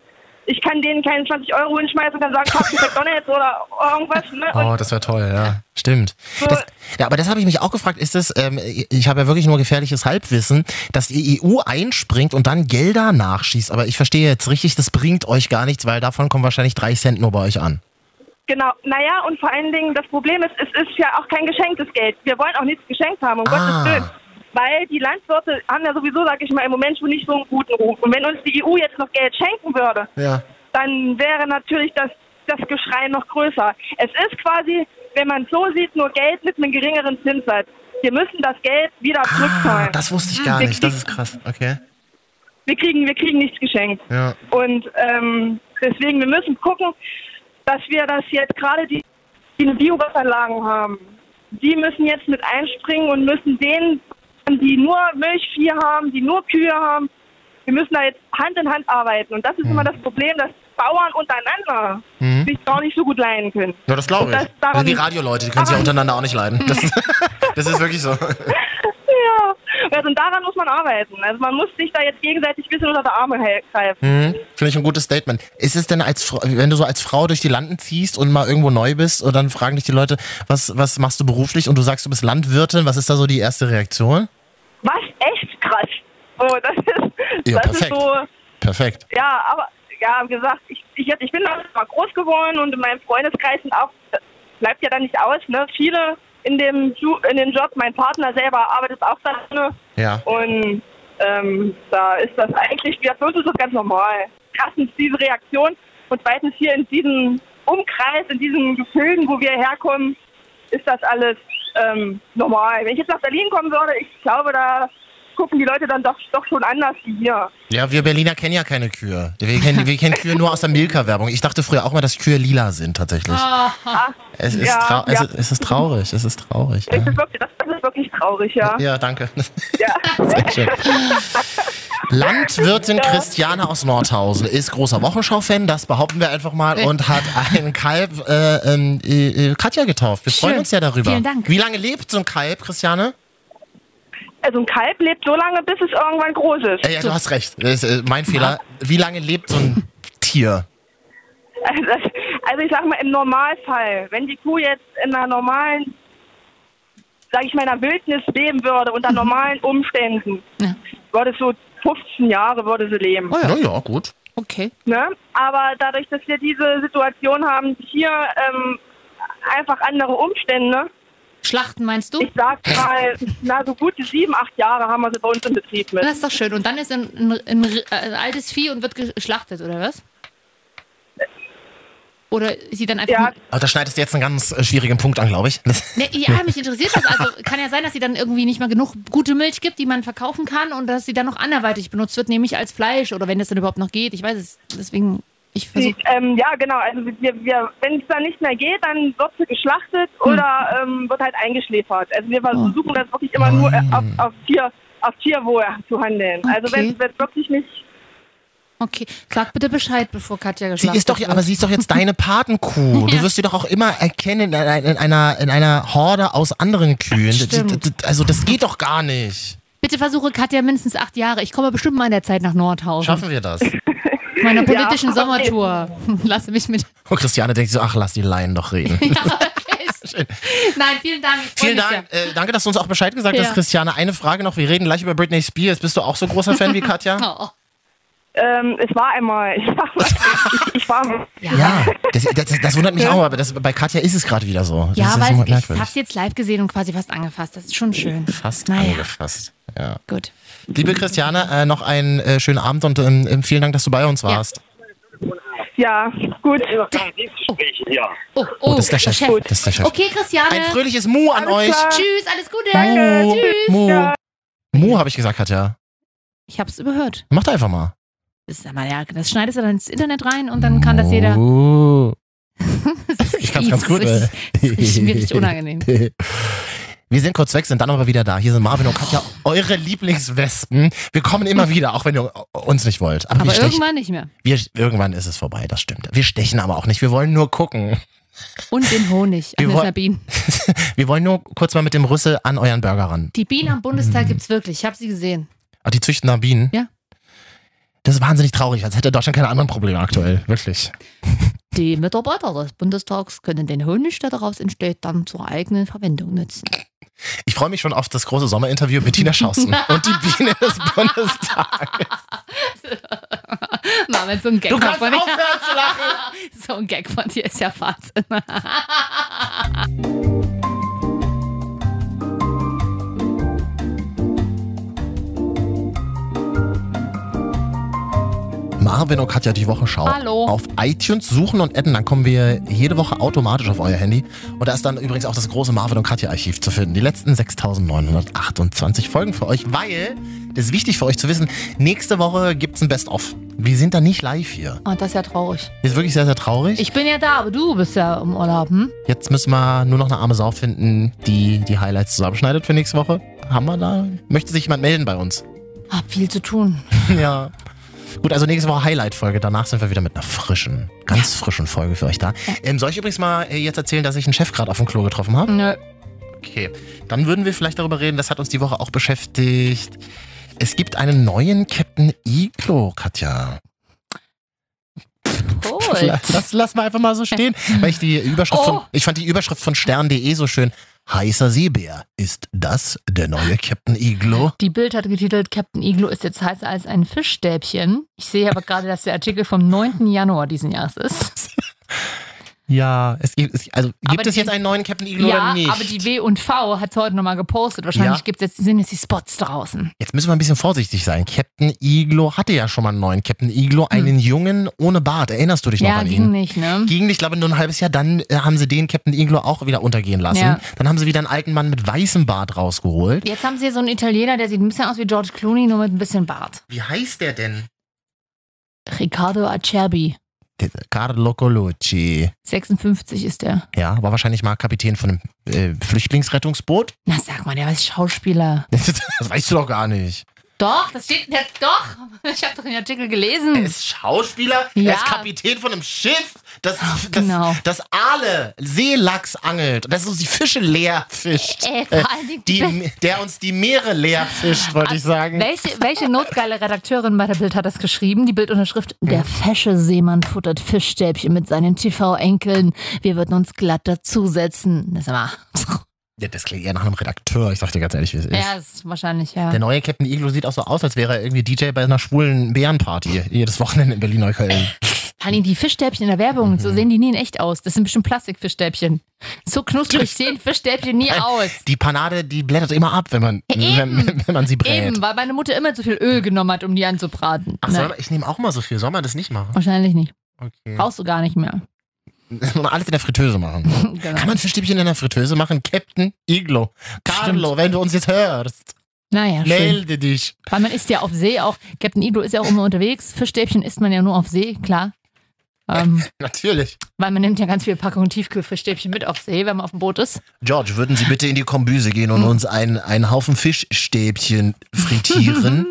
ich kann denen keine 20 Euro hinschmeißen und dann sagen, kauf dir McDonalds oder irgendwas. Ne? Und Oh, das wäre toll, ja. Stimmt. So. Das, ja, aber das habe ich mich auch gefragt, ist das, ähm, ich habe ja wirklich nur gefährliches Halbwissen, dass die EU einspringt und dann Gelder nachschießt. Aber ich verstehe jetzt richtig, das bringt euch gar nichts, weil davon kommen wahrscheinlich drei Cent nur bei euch an. Genau, naja, und vor allen Dingen, das Problem ist, es ist ja auch kein geschenktes Geld. Wir wollen auch nichts geschenkt haben, um Ah. Gottes Willen. Weil die Landwirte haben ja sowieso, sag ich mal, im Moment schon nicht so einen guten Ruf. Und wenn uns die EU jetzt noch Geld schenken würde, Ja. dann wäre natürlich das, das Geschrei noch größer. Es ist quasi, wenn man es so sieht, nur Geld mit einem geringeren Zinssatz. Wir müssen das Geld wieder Ah, zurückzahlen. das wusste ich gar Wir nicht. Das ist krass. Okay. wir kriegen, wir kriegen nichts geschenkt. Ja. Und ähm, deswegen, wir müssen gucken, dass wir das jetzt gerade die, die Biogasanlagen haben. Die müssen jetzt mit einspringen und müssen denen, die nur Milchvieh haben, die nur Kühe haben, wir müssen da jetzt Hand in Hand arbeiten. Und das ist immer das Problem, dass Bauern untereinander Mhm. sich gar nicht so gut leiden können. Ja, das glaube Und das- ich. daran- Also die Radioleute, die können sich ja daran- untereinander auch nicht leiden. [LAUGHS] Das, das ist wirklich so. Ja, also daran muss man arbeiten. Also man muss sich da jetzt gegenseitig ein bisschen unter die Arme hel- greifen. Mhm. Finde ich ein gutes Statement. Ist es denn als Frau, wenn du so als Frau durch die Landen ziehst und mal irgendwo neu bist und dann fragen dich die Leute, was, was machst du beruflich und du sagst, du bist Landwirtin, was ist da so die erste Reaktion? Was echt krass. So, das ist, Ja, das ist perfekt. so. Perfekt. Ja, aber ja, wie gesagt, ich, ich, ich bin da mal groß geworden und in meinem Freundeskreis sind auch, das bleibt ja dann nicht aus, ne? Viele in dem Ju- in dem Job, mein Partner selber arbeitet auch da drin Ja. und ähm, da ist das eigentlich, ja, für uns ist das ganz normal. Erstens diese Reaktion und zweitens hier in diesem Umkreis, in diesem Gefilden, wo wir herkommen, ist das alles ähm, normal. Wenn ich jetzt nach Berlin kommen würde, ich glaube, da gucken die Leute dann doch, doch schon anders wie hier. Ja, wir Berliner kennen ja keine Kühe. Wir kennen, wir kennen Kühe nur aus der Milka-Werbung. Ich dachte früher auch mal, dass Kühe lila sind tatsächlich. Es ist, Ah, Ja, trau ja. es, ist, es ist traurig, es ist traurig. Das Ja, ist wirklich, das, das ist wirklich traurig, ja. ja danke. ja. [LAUGHS] Sehr schön. Landwirtin Christiane aus Nordhausen ist großer Wochenschau-Fan, das behaupten wir einfach mal, und hat einen Kalb äh, ähm, äh, äh, Katja getauft. Wir freuen Schön. uns ja darüber. Vielen Dank. Wie lange lebt so ein Kalb, Christiane? Also ein Kalb lebt so lange, bis es irgendwann groß ist. Äh, ja, du hast recht. Das ist, äh, mein Fehler. Wie lange lebt so ein Tier? Also, das, also ich sag mal, im Normalfall, wenn die Kuh jetzt in einer normalen, sag ich mal, in einer Wildnis leben würde, unter normalen Umständen, Ja. würde es so 15 Jahre würde sie Oh leben. Na ja, gut. Okay. Ne? Aber dadurch, dass wir diese Situation haben, hier ähm, einfach andere Umstände, Schlachten meinst du? ich sag mal, na so gute sieben, acht Jahre haben wir sie bei uns im Betrieb mit. Das ist doch schön. Und dann ist ein, ein, ein, äh, ein altes Vieh und wird geschlachtet, oder was? Oder sie dann einfach. Ja, Aber da schneidest du jetzt einen ganz äh, schwierigen Punkt an, glaube ich. Ne, ja, mich interessiert das. Also kann ja sein, dass sie dann irgendwie nicht mal genug gute Milch gibt, die man verkaufen kann und dass sie dann noch anderweitig benutzt wird, nämlich als Fleisch oder wenn das dann überhaupt noch geht. Ich weiß es. Deswegen, ich versuche. Ähm, ja, genau. Also wir, wir, wenn es dann nicht mehr geht, dann wird sie geschlachtet oder ähm, wird halt eingeschläfert. Also wir versuchen das wirklich immer nur äh, auf, auf, Tier, auf Tierwohl zu handeln. Also Okay. wenn wenn es wirklich nicht... Okay, sag bitte Bescheid, bevor Katja Sie geschlachtet ist doch, wird. aber sie ist doch jetzt deine [LAUGHS] Patenkuh. Du Ja. wirst sie doch auch immer erkennen in, einer- in, einer, in einer Horde aus anderen Kühen. Stimmt. D- d- d- Also das geht doch gar nicht. Bitte versuche Katja mindestens acht Jahre. Ich komme bestimmt mal in der Zeit nach Nordhausen. Schaffen wir das? Auf meiner politischen [LAUGHS] Ja. Sommertour. [LAUGHS] Lasse mich mit. Und Oh, Christiane denkt so, ach, lass die Laien doch [LAUGHS] reden. Ja, wirklich. Nein, vielen Dank. Ich freu Vielen mich Dank. Äh, danke, dass du uns auch Bescheid gesagt Ja. hast, Christiane. Eine Frage noch. Wir reden gleich über Britney Spears. Bist du auch so großer Fan wie Katja? [LAUGHS] sehr. Oh. Ähm, es war einmal... [LAUGHS] Ich, sag mal, ich, ich war... Ja, das, das, das wundert mich auch, aber das, bei Katja ist es gerade wieder so. Das Ja, ist weil so ich merkwürdig. hab's jetzt live gesehen und quasi fast angefasst. Das ist schon schön. fast Naja. angefasst. Ja. Gut. Liebe Christiane, äh, noch einen äh, schönen Abend und ähm, ähm, vielen Dank, dass du bei uns warst. Ja, gut. Oh, oh, das ist der Chef. Das ist der Chef. Okay, Christiane. Ein fröhliches Mu an euch. Tschüss, Äh, alles Gute. Mu, Tschüss. Mu. Mu habe ich gesagt, Katja. Ich hab's überhört. Macht einfach mal. Das, ist aber, ja, das schneidest du dann ins Internet rein und dann kann das jeder. [LAUGHS] Mu. Das ist Oh. Ich kann's ganz fies. gut, Das ist richtig- [LAUGHS] mir richtig unangenehm. Wir sind kurz weg, sind dann aber wieder da. Hier sind Marvin und Katja, eure Lieblingswespen. Wir kommen immer wieder, auch wenn ihr uns nicht wollt. Aber, wir Aber stechen, irgendwann nicht mehr. wir, irgendwann ist es vorbei, das stimmt. Wir stechen aber auch nicht, wir wollen nur gucken. [LAUGHS] Und den Honig Wir an den woll- Sabinen. wir wollen nur kurz mal mit dem Rüssel an euren Burger ran. Die Bienen am Bundestag gibt's wirklich. Ich habe sie gesehen. Ah, die züchten da Bienen? Ja. Das ist wahnsinnig traurig, als hätte Deutschland keine anderen Probleme aktuell. Wirklich. Die Mitarbeiter des Bundestags können den Honig, der daraus entsteht, dann zur eigenen Verwendung nutzen. Ich freue mich schon auf das große Sommerinterview mit Tina [LAUGHS] Schausen und die Biene des Bundestages. [LAUGHS] Mama, so ein Gag Du kannst von dir. aufhören zu lachen. [LAUGHS] So ein Gag von dir ist ja Wahnsinn. Marvin und Katja, die Wochenschau. Hallo. Auf iTunes suchen und adden, dann kommen wir jede Woche automatisch auf euer Handy. Und da ist dann übrigens auch das große Marvin und Katja Archiv zu finden. Die letzten 6928 Folgen für euch, weil, das ist wichtig für euch zu wissen, nächste Woche gibt's ein Best-of. Wir sind da nicht live hier. Oh, das ist ja traurig. Ist wirklich sehr, sehr traurig. Ich bin ja da, aber du bist ja im Urlaub, hm? Jetzt müssen wir nur noch eine arme Sau finden, die die Highlights zusammenschneidet für nächste Woche. Haben wir da? Möchte sich jemand melden bei uns? Hab viel zu tun. [LAUGHS] ja. Gut, also nächste Woche Highlight-Folge. Danach sind wir wieder mit einer frischen, ganz frischen Folge für euch da. Ähm, soll ich übrigens mal äh, jetzt erzählen, dass ich einen Chef gerade auf dem Klo getroffen habe? Nö. Okay. Dann würden wir vielleicht darüber reden, das hat uns die Woche auch beschäftigt. Es gibt einen neuen Captain Iglo, Katja. Cool. [LAUGHS] Lass, lass, lass mal einfach mal so stehen. Weil ich die Überschrift von, Oh. ich fand die Überschrift von stern.de so schön. Heißer Seebär. Ist das der neue Captain Iglo? Die Bild hat getitelt, Captain Iglo ist jetzt heißer als ein Fischstäbchen. Ich sehe aber gerade, dass der Artikel vom 9. Januar diesen Jahres [LAUGHS] ist. Ja, es gibt, es, also gibt Aber es die- jetzt einen neuen Captain Iglo Ja, oder nicht? aber die W und V hat es heute nochmal gepostet. Wahrscheinlich Ja. gibt's jetzt, sind jetzt die Spots draußen. jetzt müssen wir ein bisschen vorsichtig sein. Captain Iglo hatte ja schon mal einen neuen Captain Iglo, einen Jungen ohne Bart. Erinnerst du dich noch Hm. Ja, an ging ihn? nicht, ne? Ging nicht, glaube ich, nur ein halbes Jahr. Dann äh, haben sie den Captain Iglo auch wieder untergehen lassen. Ja. Dann haben sie wieder einen alten Mann mit weißem Bart rausgeholt. Jetzt haben sie hier so einen Italiener, der sieht ein bisschen aus wie George Clooney, nur mit ein bisschen Bart. Wie heißt der denn? Riccardo Acerbi, Carlo Colucci. 56 ist der. Ja, war wahrscheinlich mal Kapitän von einem äh, Flüchtlingsrettungsboot. [LAUGHS] Na sag mal, der ist Schauspieler. Das weißt du doch gar nicht. Doch, das steht, der, doch, [LAUGHS] ich habe doch den Artikel gelesen. Er ist Schauspieler, Ja. er ist Kapitän von einem Schiff, das, das, genau. das Aale Seelachs angelt, das uns die Fische leer fischt. Ey, vor allen Dingen, äh, Die, der uns die Meere leer fischt, wollte Also, ich sagen. welche, welche notgeile Redakteurin bei der Bild hat das geschrieben? Die Bildunterschrift, der fesche Seemann futtert Fischstäbchen mit seinen TV-Enkeln. Wir würden uns glatt dazusetzen. Das ist aber, [LAUGHS] Ja, das klingt eher nach einem Redakteur, ich sag dir ganz ehrlich, wie es ist. ja, das ist wahrscheinlich, ja. Der neue Captain Iglo sieht auch so aus, als wäre er irgendwie DJ bei einer schwulen Bärenparty. Jedes Wochenende in Berlin-Neukölln. Vor allem die Fischstäbchen in der Werbung, so sehen die nie in echt aus. Das sind bestimmt Plastikfischstäbchen. So knusprig sehen Fischstäbchen nie aus. Die Panade, die blättert immer ab, wenn man, wenn, wenn man sie brät. Eben, weil meine Mutter immer zu viel Öl genommen hat, um die anzubraten. Ach, Na, soll, ich nehme auch mal so viel. Soll man das nicht machen? Wahrscheinlich nicht. Okay. Brauchst du gar nicht mehr. [LAUGHS] Soll man alles in der Fritteuse machen? genau. Kann man Fischstäbchen in der Fritteuse machen? Captain Iglo. Carlo, wenn du uns jetzt hörst, Naja, schön. melde dich. Weil man ist ja auf See auch, Captain Iglo ist ja auch immer unterwegs. Fischstäbchen isst man ja nur auf See, klar. Ähm, Natürlich. weil man nimmt ja ganz viele Packungen Tiefkühlfischstäbchen mit auf See, wenn man auf dem Boot ist. George, würden Sie bitte in die Kombüse gehen Hm. und uns einen, einen Haufen Fischstäbchen [LAUGHS] frittieren?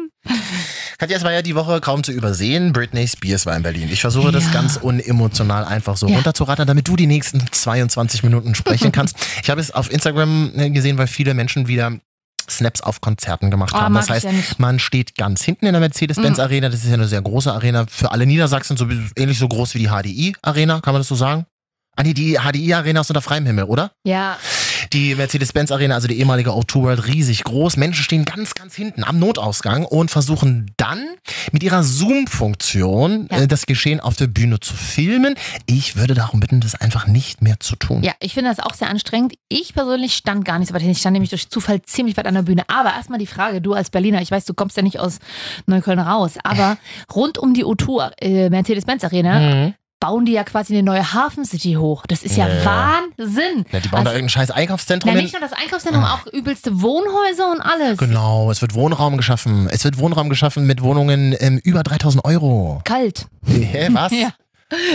Katja, es war ja die Woche kaum zu übersehen. Britney Spears war in Berlin. Ich versuche das Ja. ganz unemotional einfach so Ja. runterzurattern, damit du die nächsten 22 Minuten sprechen [LAUGHS] kannst. Ich habe es auf Instagram äh, gesehen, weil viele Menschen wieder Snaps auf Konzerten gemacht Ah, haben. mag Das ich Mhm. heißt, ja nicht. man steht ganz hinten in der Mercedes-Benz-Arena. Das ist ja eine sehr große Arena. Für alle Niedersachsen so ähnlich so groß wie die HDI-Arena, kann man das so sagen? Ah nee, die HDI-Arena ist unter freiem Himmel, oder? Ja, Die Mercedes-Benz Arena, also die ehemalige O2 World, riesig groß. Menschen stehen ganz, ganz hinten am Notausgang und versuchen dann mit ihrer Zoom-Funktion Ja. äh, das Geschehen auf der Bühne zu filmen. Ich würde darum bitten, das einfach nicht mehr zu tun. Ja, ich finde das auch sehr anstrengend. Ich persönlich stand gar nicht so weit hin. Ich stand nämlich durch Zufall ziemlich weit an der Bühne. Aber erstmal die Frage, du als Berliner, ich weiß, du kommst ja nicht aus Neukölln raus, aber rund um die O2 äh, Mercedes-Benz Arena Mhm. bauen die ja quasi eine neue Hafen City hoch. Das ist ja, Ja. Wahnsinn. Na, die bauen da Also- irgendein scheiß Einkaufszentrum Na, hin. nicht nur das Einkaufszentrum, auch übelste Wohnhäuser und alles. Ah. Genau, es wird Wohnraum geschaffen. Es wird Wohnraum geschaffen mit Wohnungen ähm, über 3000 [LAUGHS] Euro. Kalt. Hä, was? Ja.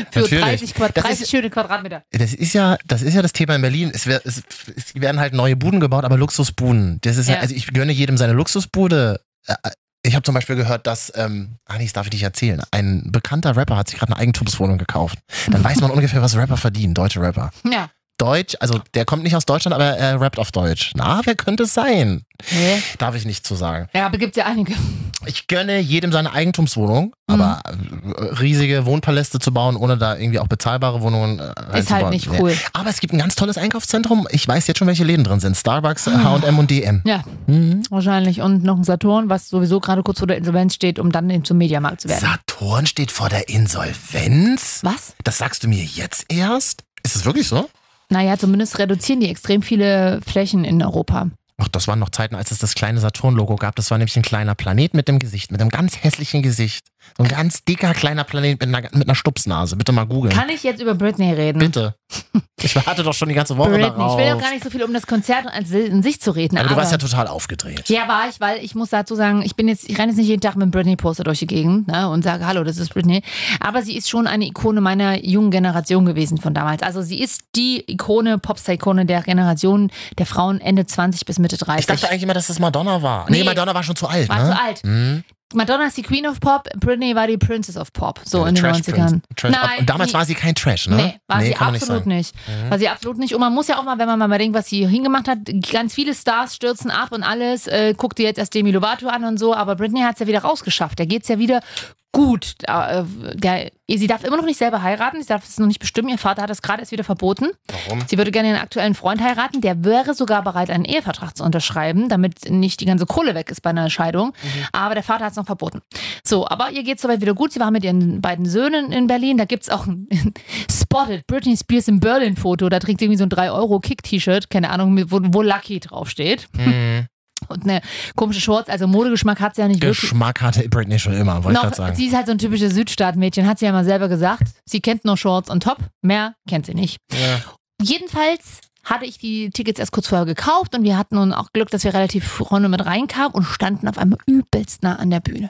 Für Natürlich. 30, Quadrat, Das 30 ist- schöne Quadratmeter. Das ist ja, das ist ja das Thema in Berlin. Es, wer, es, es werden halt neue Buden gebaut, aber Luxusbuden. Das ist ja. Ja. also ich gönne jedem seine Luxusbude. Äh, Ich habe zum Beispiel gehört, dass, ähm, ah nee, das darf ich nicht erzählen. [LAUGHS] Ein bekannter Rapper hat sich gerade eine Eigentumswohnung gekauft. Dann weiß man ungefähr, was Rapper verdienen, deutsche Rapper. Ja. Deutsch, also der kommt nicht aus Deutschland, aber er rappt auf Deutsch. Na, wer könnte es sein? Hä? Darf ich nicht zu sagen. Ja, aber gibt's ja einige. Ich gönne jedem seine Eigentumswohnung, Mhm. aber äh, riesige Wohnpaläste zu bauen, ohne da irgendwie auch bezahlbare Wohnungen äh, Ist halt reinzubauen. nicht Nee. cool. Aber es gibt ein ganz tolles Einkaufszentrum. Ich weiß jetzt schon, welche Läden drin sind. Starbucks, H&M und DM. Ja, Mhm. wahrscheinlich. Und noch ein Saturn, was sowieso gerade kurz vor der Insolvenz steht, um dann eben zum Mediamarkt zu werden. Saturn steht vor der Insolvenz? Was? Das sagst du mir jetzt erst? Ist es wirklich so? Naja, zumindest reduzieren die extrem viele Flächen in Europa. Ach, das waren noch Zeiten, als es das kleine Saturn-Logo gab. Das war nämlich ein kleiner Planet mit dem Gesicht, mit einem ganz hässlichen Gesicht. So ein ganz dicker kleiner Planet mit einer, mit einer Stupsnase. Bitte mal googeln. Kann ich jetzt über Britney reden? [LAUGHS] Bitte. Ich warte doch schon die ganze Woche Britney. Ich darauf. will auch gar nicht so viel um das Konzert an si- in sich zu reden. aber Aber, du warst ja total aufgedreht. ja, war ich, weil ich muss dazu sagen, ich bin jetzt, ich renne jetzt nicht jeden Tag mit einem Britney-Poster durch die Gegend ne, und sage, hallo, das ist Britney. Aber sie ist schon eine Ikone meiner jungen Generation gewesen von damals. Also sie ist die Ikone, Popstar-Ikone der Generation der Frauen Ende 20 bis Mitte 30. Ich dachte eigentlich immer, dass das Madonna war. Nee, Nee. Madonna war schon zu alt, War ne? zu alt. Hm. Madonna ist die Queen of Pop, Britney war die Princess of Pop, so Ja, in den Trash 90ern. Prince. Trash. Nein, Und damals nie. war sie kein Trash, ne? Nee, war sie kann man nicht Mhm. absolut sagen. nicht, War sie absolut nicht. Und man muss ja auch mal, wenn man mal bedenkt, was sie hingemacht hat, ganz viele Stars stürzen ab und alles. Äh, guck dir jetzt erst Demi Lovato an und so, aber Britney hat es ja wieder rausgeschafft. Da geht es ja wieder gut. Da, äh, der, sie darf immer noch nicht selber heiraten, sie darf es noch nicht bestimmen. Ihr Vater hat es gerade erst wieder verboten. Warum? Sie würde gerne ihren aktuellen Freund heiraten, der wäre sogar bereit, einen Ehevertrag zu unterschreiben, damit nicht die ganze Kohle weg ist bei einer Scheidung. Mhm. Aber der Vater hat es noch verboten. So, aber ihr geht soweit wieder gut. Sie war mit ihren beiden Söhnen in Berlin. Da gibt es auch ein Spotted Britney Spears in Berlin-Foto. Da trägt sie irgendwie so ein 3-Euro-Kick-T-Shirt, keine Ahnung, mit- wo, wo Lucky draufsteht. Hm. Und eine komische Shorts. Also Modegeschmack hat sie ja nicht wirklich. Geschmack hatte Britney schon immer, wollte ich Noch, gerade sagen. sie ist halt so ein typisches Südstaatmädchen, hat sie ja mal selber gesagt. Sie kennt nur Shorts und Top, mehr kennt sie nicht. Ja. Jedenfalls hatte ich die Tickets erst kurz vorher gekauft und wir hatten nun auch Glück, dass wir relativ vorne mit reinkamen und standen auf einmal übelst nah an der Bühne.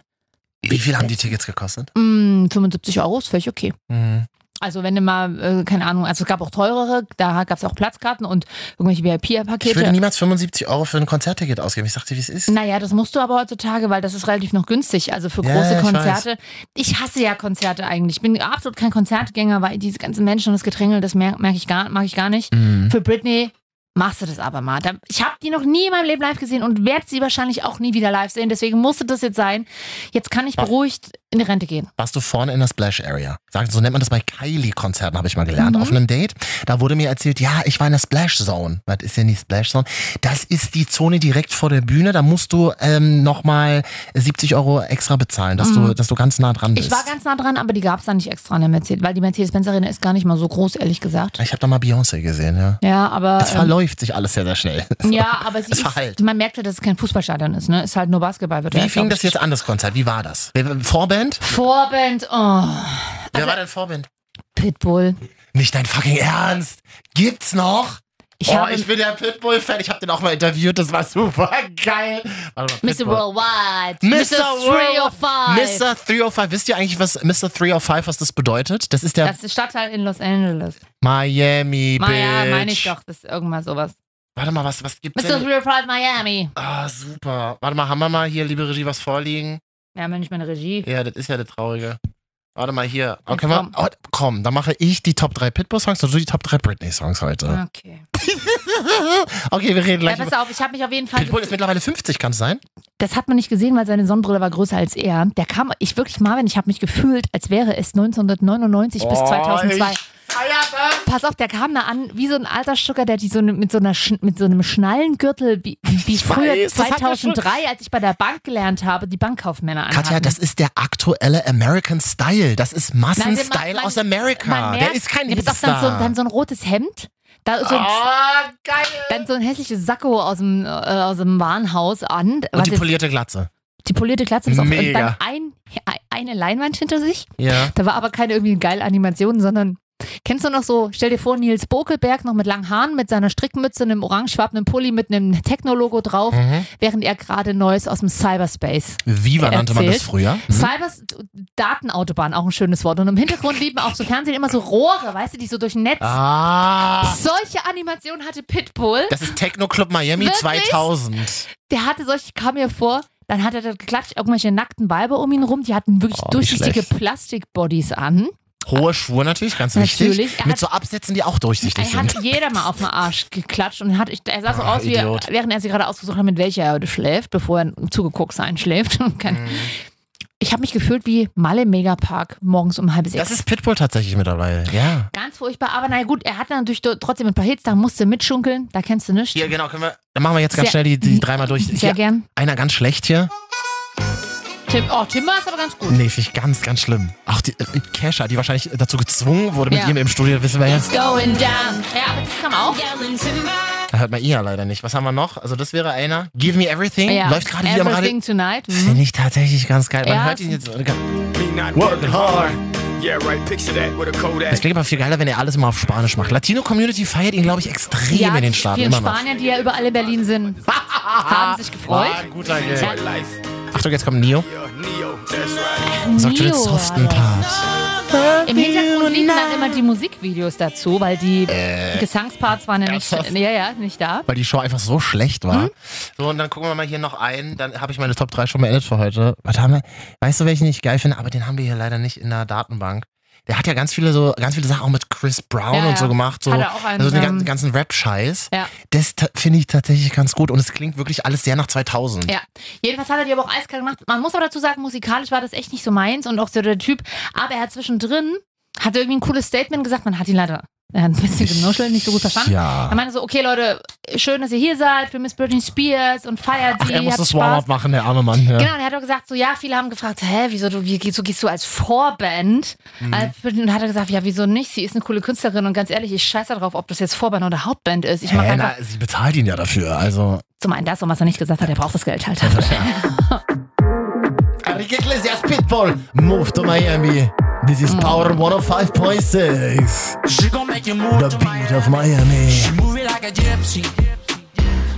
Wie viel haben die Tickets gekostet? Mm, 75 Euro ist völlig okay. Hm. Also wenn du mal, äh, keine Ahnung, also es gab auch teurere, da gab es auch Platzkarten und irgendwelche Ich würde VIP-Pakete. niemals 75 Euro für ein Konzertticket ausgeben. Ich sagte, wie es ist. Naja, das musst du aber heutzutage, weil das ist relativ noch günstig. Also für Ja, große ja, ich Konzerte. Ich, hasse ja Konzerte eigentlich. Ich bin absolut kein Konzertgänger, weil diese ganzen Menschen und das Gedrängel, das merke merk ich, gar- mag ich gar nicht. Hm. Für Britney machst du das aber mal. Da- Ich habe die noch nie in meinem Leben live gesehen und werde sie wahrscheinlich auch nie wieder live sehen. Deswegen musste das jetzt sein. Jetzt kann ich Ah. beruhigt in die Rente gehen. warst du vorne in der Splash Area. Sagen, so nennt man das bei Kylie-Konzerten, habe ich mal gelernt. Mhm. Auf einem Date, da wurde mir erzählt, ja, ich war in der Splash Zone. Was ist denn die Splash Zone? Das ist die Zone direkt vor der Bühne. Da musst du ähm, nochmal 70 Euro extra bezahlen, dass, du, dass du ganz nah dran bist. Mhm. Ich war ganz nah dran, aber die gab es da nicht extra in der Mercedes, weil die Mercedes-Benz Arena ist gar nicht mal so groß, ehrlich gesagt. ich habe da mal Beyoncé gesehen, ja. Ah, Ja, aber Es verläuft sich alles sehr, sehr schnell. [LAUGHS] ähm, ja, aber sie Es ist, verhallt. man merkt ja, dass es kein Fußballstadion ist, ne? Ist halt nur Basketball wird. ja, Wie fing glaub das ich. jetzt an, das Konzert? Wie war das? Wer- Vorband? Vorband, oh, Wer war denn Vorband? Pitbull. Nicht dein fucking Ernst. Gibt's noch? Ich oh, habe ich bin der Pitbull-Fan. Ich habe den auch mal interviewt. Das war super geil. Mr. Worldwide, Mr. World- 305. Mr. 305, wisst ihr eigentlich, was Mr. 305, was das bedeutet? Das ist der Das ist Stadtteil in Los Angeles. Miami Bitch. Maja, meine ich doch, das ist irgendwann sowas. Warte mal, was, was gibt's Mr. denn? Real Pride Miami. Ah, super. Warte mal, haben wir mal hier, liebe Regie, was vorliegen? Wir haben ja nicht meine Regie. Ja, das ist ja der Traurige. Warte mal hier. Jetzt Okay, komm. komm. Oh, komm, dann mache ich die Top 3 Pitbull-Songs und du die Top 3 Britney-Songs heute. Okay. okay, wir reden Ja, gleich pass über... auf, ich habe mich auf jeden Fall. Pitbull ist mittlerweile 50, kann es sein? Das hat man nicht gesehen, weil seine Sonnenbrille war größer als er. Der kam, ich wirklich, Marvin, ich habe mich gefühlt, als wäre es 1999 bis 2002. Pass auf, der kam da an wie so ein alter Sugar Daddy, so ne, mit, so einer, Sch- mit so einem Schnallengürtel, wie, wie früher weiß, das hat er schon- 2003, als ich bei der Bank gelernt habe, die Bankkaufmänner anhatten. Katja, das ist der aktuelle American Style. Das ist Nein, Massenstyle man- man- aus Amerika. Man merkt, der ist kein nee, pass auf, dann so, Hipster. dann so ein rotes Hemd. Da ist so ein, Ah, geil. dann so ein hässliches Sakko aus dem, äh, aus dem Warenhaus an. Und die jetzt- polierte Glatze. die polierte Glatze ist auf und dann Mega. ein, eine Leinwand hinter sich. Ja. Da war aber keine irgendwie geile Animation, sondern kennst du noch so, stell dir vor, Nils Bokelberg noch mit langen Haaren, mit seiner Strickmütze, einem orangefarbenen Pulli mit einem Techno-Logo drauf, Hm. während er gerade Neues aus dem Cyberspace. Viva nannte man das Erzählt. früher. Cybers Datenautobahn, auch ein schönes Wort. Und im Hintergrund liefen auch so Fernsehen immer so Rohre, weißt du, die so durch ein Netz. Ah. Solche Animation hatte Pitbull. Das ist Techno Club Miami Wirklich? 2000. der hatte solche, kam mir vor, dann hat er da geklatscht, irgendwelche nackten Weiber um ihn rum, die hatten wirklich Oh, nicht durchsichtige schlecht. Plastikbodies an. Hohe Schuhe natürlich, ganz Natürlich. wichtig. Er Mit hat- so Absätzen, die auch durchsichtig Er sind. hat jeder mal auf den Arsch geklatscht und hat, er sah so Ah, aus, wie, Idiot. während er sich gerade ausgesucht hat, mit welcher er schläft, bevor er zugeguckt sein schläft. [LAUGHS] Und kann. Mhm. Ich habe mich gefühlt wie Malle Megapark morgens um halb sechs. Das ist Pitbull tatsächlich mittlerweile, ja. Ganz furchtbar, aber naja gut, er hat natürlich do- trotzdem ein paar Hits, da musste mitschunkeln, da kennst du nichts. Hier, genau, können wir. Dann machen wir jetzt ganz Sehr- schnell die, die dreimal durch. Sehr Hier, gern. einer ganz schlecht hier. Tim, oh, Tim war es aber ganz gut. Nee, finde ich ganz, ganz schlimm. Auch die äh, Kesha, die wahrscheinlich dazu gezwungen wurde mit Ja. ihm im Studio, wissen wir jetzt. Going down. Ja, aber das kam auch. Da hört man ihr ja leider nicht. Was haben wir noch? Also, das wäre einer. Give me everything. Ja. Läuft gerade wieder im Radio. Everything Tonight. Mhm. Finde ich tatsächlich ganz geil. Man Ja, hört ihn jetzt. Working hard. Yeah, right. Picture that with a Kodak. Es klingt aber viel geiler, wenn er alles immer auf Spanisch macht. Latino Community feiert ihn, glaube ich, extrem Ja, in den die Staaten. vielen Immer noch. Spanier, die ja überall in Berlin sind, [LAUGHS] haben sich Ah, gefreut. guter Gag. Ja, Life. Achtung, jetzt kommt Neo. Yeah, Neo. That's right. Sagt für den Neo soften war Part. das. Im Hintergrund liefen dann immer die Musikvideos dazu, weil die Äh. Gesangsparts waren ja nicht, Ernsthaft? ja, ja, nicht da. Weil die Show einfach so schlecht war. Mhm. So, und dann gucken wir mal hier noch einen. Dann habe ich meine Top 3 schon beendet für heute. Was haben wir? Weißt du, welchen ich geil finde? Aber den haben wir hier leider nicht in der Datenbank. Der hat ja ganz viele so, ganz viele Sachen auch mit Chris Brown Ja, und ja. so gemacht. So, Hat er auch einen, also den ganzen, ähm, ganzen Rap-Scheiß. Ja. Das ta- finde ich tatsächlich ganz gut. Und es klingt wirklich alles sehr nach 2000. Ja, jedenfalls hat er die aber auch eiskalt gemacht. Man muss auch dazu sagen, musikalisch war das echt nicht so meins und auch so der Typ. Aber er hat zwischendrin, hat irgendwie ein cooles Statement gesagt, man hat ihn leider er hat ein bisschen genuschelt, nicht so gut verstanden. Ja. Er meinte so, okay Leute, schön, dass ihr hier seid für Miss Britney Spears und feiert Ach, sie. er muss habt das Spaß. Warm-up machen, der arme Mann. Ja. Genau, und er hat auch gesagt, so ja, viele haben gefragt, hä, wieso du wie- wieso gehst du als Vorband? Mhm. Als- Und hat er gesagt, ja, wieso nicht? Sie ist eine coole Künstlerin und ganz ehrlich, ich scheiße darauf, ob das jetzt Vorband oder Hauptband ist. Ich mache Hä, einfach na, sie bezahlt ihn ja dafür. Also. zum einen das und was er nicht gesagt hat, er braucht das Geld halt. Enrique Iglesias Pitbull, move to Miami. This is Power 105.6. She gon' make you move The to beat Miami. of Miami. She move it like a gypsy.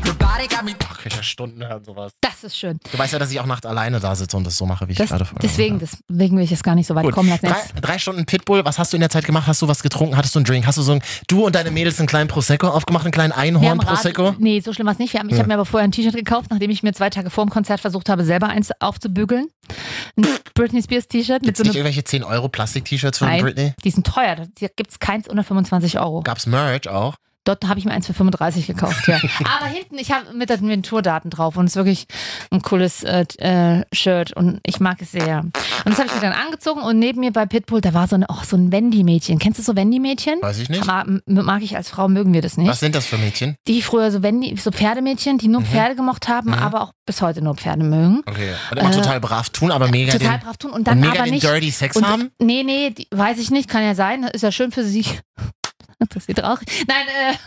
Her body got me. Ach, ich ja Stunden hören sowas. Das ist schön. Du weißt ja, dass ich auch nachts alleine da sitze und das so mache, wie ich Das, gerade vorher deswegen, deswegen will ich es gar nicht so weit Gut. kommen lassen. Drei, Jetzt. drei Stunden Pitbull, was hast du in der Zeit gemacht? Hast du was getrunken? Hattest du einen Drink? Hast du so ein, du und deine Mädels einen kleinen Prosecco aufgemacht, einen kleinen Wir haben Einhorn-Prosecco? Radio- nee, so schlimm war es nicht. Wir haben, ich habe mir aber vorher ein T-Shirt gekauft, nachdem ich mir zwei Tage vor dem Konzert versucht habe, selber eins aufzubügeln. Ein Britney Spears T-Shirt mit Gibt's so nicht einem. irgendwelche 10 Euro Plastik-T-Shirts von Nein. Britney? Die sind teuer, da gibt es keins unter 25 Euro. Gab's Merch auch? Dort habe ich mir eins für 35 [LAUGHS] gekauft, ja. Aber hinten, ich habe mit Adventurdaten drauf und es ist wirklich ein cooles äh, t- äh, Shirt und ich mag es sehr. Und das habe ich mir dann angezogen und neben mir bei Pitbull, da war so, eine, oh, so ein Wendy-Mädchen. Kennst du so Wendy-Mädchen? Weiß ich Äh, nicht. Aber m- mag ich als Frau, mögen wir das nicht. Was Mhm. sind das für Mädchen? Die früher so Wendy, so Pferdemädchen, die nur Pferde gemocht haben, aber auch bis heute nur Pferde mögen. Okay. Und immer total brav tun, aber mega Äh, Total den, brav tun und dann und mega aber den nicht. Dirty Sex Und- haben? Nee, nee, die, weiß ich nicht, kann ja sein. Ist ja schön für sie. [LAUGHS] Das sieht traurig. Nein, äh.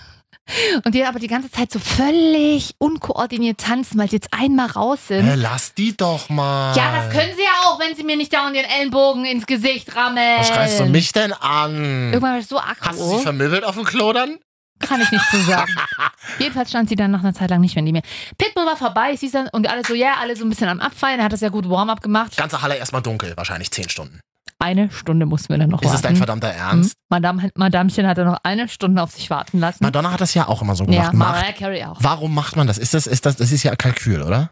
Und die aber die ganze Zeit so völlig unkoordiniert tanzen, weil sie jetzt einmal raus sind. Hä, lass die doch mal. ähm, Ja, das können sie ja auch, wenn sie mir nicht dauernd den Ellenbogen ins Gesicht rammeln. Was schreist du mich denn an? Irgendwann war ich so aggro. Hast du sie vermöbelt auf dem Klo dann? Kann ich nicht [LAUGHS] zu sagen. Jedenfalls stand sie dann nach einer Zeit lang nicht mehr neben mir. Pitbull war vorbei, sie dann, und alle so, ja, alle so ein bisschen am Abfallen. Er hat das ja gut Warm-up gemacht. Ganze Halle erstmal dunkel, wahrscheinlich zehn Stunden. Eine Stunde mussten wir dann noch Ist es dein warten. verdammter Ernst? Mhm. Madame, Madamchen hat dann noch eine Stunde auf sich warten lassen. Madonna hat das ja auch immer so gemacht. Mhm. ja, macht. Mariah Carey auch. Warum macht man das? Ist das, ist das, das ist ja Kalkül, oder?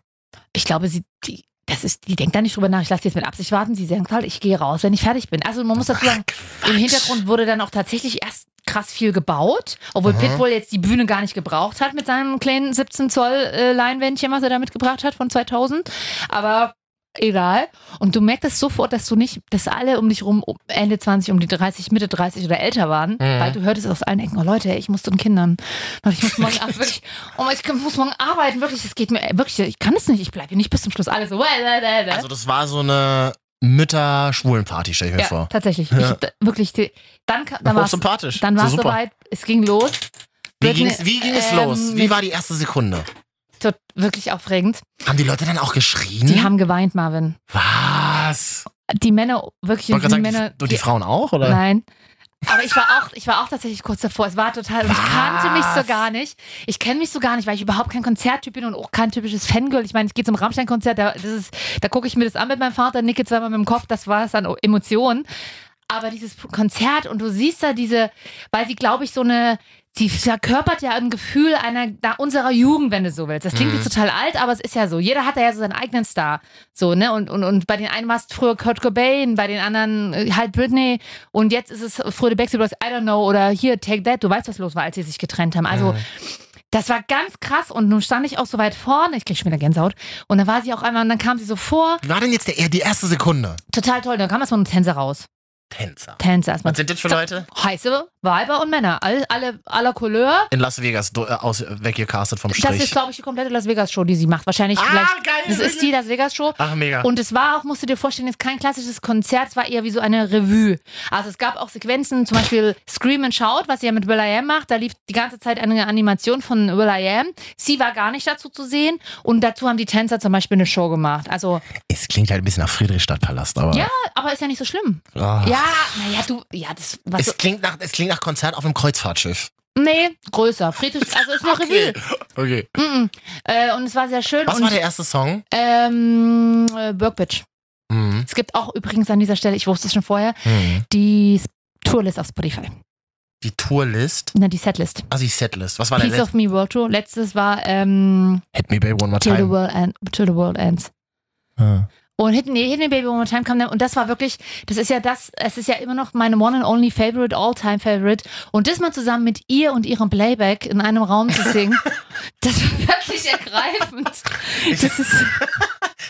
Ich glaube, sie, die, das ist, die denkt da nicht drüber nach. Ich lasse die jetzt mit Absicht warten. Sie sagt halt, ich gehe raus, wenn ich fertig bin. Also man muss dazu sagen, im Hintergrund wurde dann auch tatsächlich erst krass viel gebaut, obwohl Aha. Pitbull jetzt die Bühne gar nicht gebraucht hat mit seinem kleinen 17 Zoll äh, Leinwändchen, was er da mitgebracht hat von 2000. Aber egal. Und du merkst es sofort, dass du nicht, dass alle um dich rum um Ende 20, um die 30, Mitte 30 oder älter waren, Mhm. weil du hörtest aus allen Ecken, oh Leute, ey, ich muss zu den Kindern. Leute, Also [LAUGHS] Ich muss morgen, ab- wirklich, oh, ich kann- muss morgen arbeiten, wirklich, es geht mir, ey, wirklich, ich kann es nicht, ich bleibe hier nicht bis zum Schluss. Alle so, Also, das war so eine Mütter-Schwulen-Party, stell ich mir ja, vor. tatsächlich, Ja. Ich, da, wirklich, die- dann, ka- dann Auch war es sympathisch. dann so war's super. soweit, es ging los. Wie Britney- ging es, wie ging es ähm, los? Wie mit- war die erste Sekunde? Tot, wirklich aufregend. Haben die Leute dann auch geschrien? Die haben geweint, Marvin. Was? Die Männer, wirklich, Ich wollte die gerade sagen, Männer. die, die Frauen auch, oder? Nein. Aber ich war auch, ich war auch tatsächlich kurz davor. Es war total. Und ich kannte mich so gar nicht. Ich kenne mich so gar nicht, weil ich überhaupt kein Konzerttyp bin und auch kein typisches Fangirl. Ich meine, ich gehe zum Rammstein-Konzert, da, das ist- da gucke ich mir das an mit meinem Vater, nicke zweimal mit dem Kopf, das war es dann Emotionen. Aber dieses Konzert und du siehst da diese, weil sie, glaube ich, so eine sie verkörpert ja ein Gefühl einer, da- unserer Jugend, wenn du so willst. Das klingt Mhm. jetzt total alt, aber es ist ja so. Jeder hat ja so seinen eigenen Star. So, ne? Und, und, und bei den einen war es früher Kurt Cobain, bei den anderen äh, halt Britney. Und jetzt ist es früher die Backstreet Boys, I don't know, oder hier, Take That. Du weißt, was los war, als sie sich getrennt haben. Also, das war ganz krass. Und nun stand ich auch so weit vorne. Ich krieg schon wieder Gänsehaut. Und dann war sie auch einmal, und dann kam sie so vor. Wie war denn jetzt der, die erste Sekunde? Total toll. Dann kam erstmal ein Tänzer raus. Tänzer. Tänzer erstmal. Was sind das für Leute? Heiße Weiber und Männer. All, alle aller Couleur. In Las Vegas do- äh, aus, weggecastet vom Das ist, Strich. glaube ich, die komplette Las Vegas-Show, die sie macht. Wahrscheinlich. Ah, vielleicht, geil, das wirklich? ist die Las Vegas-Show. Ach, mega. Und es war auch, musst du dir vorstellen, jetzt kein klassisches Konzert, es war eher wie so eine Revue. Also es gab auch Sequenzen, zum Beispiel Scream and Shout, was sie ja mit Will.i.am macht. Da lief die ganze Zeit eine Animation von Will.i.am. Sie war gar nicht dazu zu sehen. Und dazu haben die Tänzer zum Beispiel eine Show gemacht. Also, es klingt halt ein bisschen nach Friedrichstadtpalast, aber. ja, aber ist ja nicht so schlimm. Ah. Ja, also- naja, du, ja, das, was Es klingt, nach, es klingt nach Konzert auf einem Kreuzfahrtschiff. Nee, größer. Friedrich, also ist eine Revue. [LAUGHS] Okay. Mm -mm. Äh, und es war sehr schön. Was und, war der erste Song? Ähm, äh, Birkbitch. Mhm. Es gibt auch übrigens an dieser Stelle, ich wusste es schon vorher, Mhm. die S- Tourlist auf Spotify. Die Tourlist. Na, die Setlist. Also die Setlist. Was war der Piece of letzte? Me World Tour. Letztes war ähm, Hit Me Baby One More Till the Time. World, End, Till the World Ends. Ah. Und Hit, nee, Hit Me Baby One More Time kam dann, und das war wirklich, das ist ja das, es ist ja immer noch meine one and only favorite, all time favorite. Und das mal zusammen mit ihr und ihrem Playback in einem Raum zu [LAUGHS] singen, das war wirklich ergreifend. Das ist,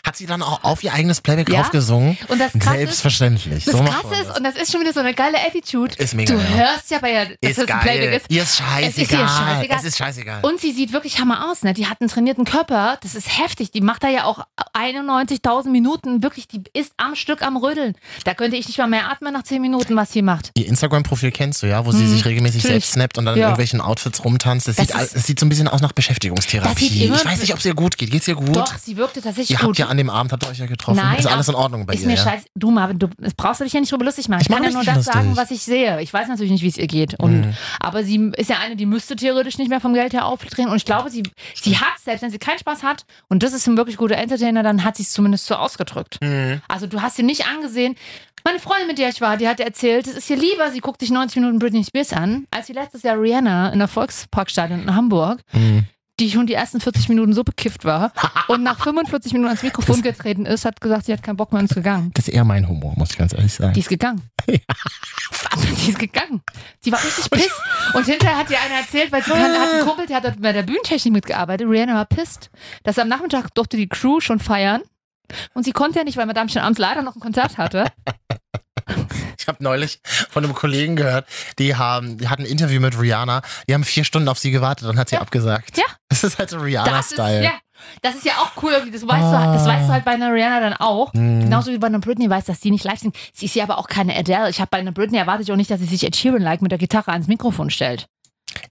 Hat sie dann auch auf ihr eigenes Playback Ja. raufgesungen? Und das Krasse Selbstverständlich. Das so macht Krasse man ist, und das ist schon wieder so eine geile Attitude. Ist mega, du ja. hörst ja bei ihr, dass Ist das ein Playback geil. ist. Ihr ist Es ist ihr scheißegal. scheißegal. Es ist scheißegal. Und sie sieht wirklich hammer aus, ne? Die hat einen trainierten Körper. Das ist heftig. Die macht da ja auch 91.000 Minuten. Wirklich, die ist am Stück am Rödeln. Da könnte ich nicht mal mehr atmen nach 10 Minuten, was sie macht. Ihr Instagram-Profil kennst du, ja, wo sie Hm, sich regelmäßig natürlich. selbst snappt und dann in Ja. irgendwelchen Outfits rumtanzt. Das, Das sieht, all- ist- das sieht so ein bisschen aus nach Beschäftigungstherapie. Das sieht immer- ich weiß nicht, ob es ihr gut geht. Geht's ihr gut? Doch, sie wirkte tatsächlich ihr gut. habt ja an dem Abend habt ihr euch ja getroffen. ist alles in aber Ordnung bei ist ihr. Mir ja? scheiß, du, Marvin, du das brauchst du dich ja nicht drüber lustig machen. Ich Ich, kann mach ja mich nur nicht das sagen, lustig. was ich sehe. Ich weiß natürlich nicht, wie es ihr geht. Und, Mhm. Aber sie ist ja eine, die müsste theoretisch nicht mehr vom Geld her aufdrehen. Und ich glaube, sie, sie hat, selbst wenn sie keinen Spaß hat, und das ist ein wirklich guter Entertainer, dann hat sie es zumindest so ausgedrückt. Mhm. Also du hast sie nicht angesehen. Meine Freundin, mit der ich war, die hat erzählt, es ist ihr lieber, sie guckt sich 90 Minuten Britney Spears an, als sie letztes Jahr Rihanna in der Volksparkstadion in Hamburg Mhm. die schon die ersten 40 Minuten so [LAUGHS] bekifft war und nach 45 Minuten ans Mikrofon getreten ist, hat gesagt, sie hat keinen Bock mehr und ist gegangen. Das ist eher mein Humor, muss ich ganz ehrlich sagen. Die ist gegangen. Die ist gegangen. Die war richtig piss. Und hinterher hat ihr einer erzählt, weil sie kann, hat einen Kumpel, der hat dort bei der Bühnentechnik mitgearbeitet. Rihanna war pisst, dass am Nachmittag durfte die Crew schon feiern. Und sie konnte ja nicht, weil Madame schon abends leider noch ein Konzert hatte. Ich habe neulich von einem Kollegen gehört, die haben, die hatten ein Interview mit Rihanna, die haben vier Stunden auf sie gewartet und hat sie abgesagt. Ja. Das ist halt so Das ist, Rihanna-Style. ja, das ist ja auch cool. irgendwie. Das weißt, du, halt- das weißt du halt bei einer Rihanna dann auch. Mhm. Genauso wie bei einer Britney weiß, dass die nicht live singt. Sie ist ja aber auch keine Adele. Ich habe bei einer Britney erwartet ich auch nicht, dass sie sich Ed Sheeran-like mit der Gitarre ans Mikrofon stellt.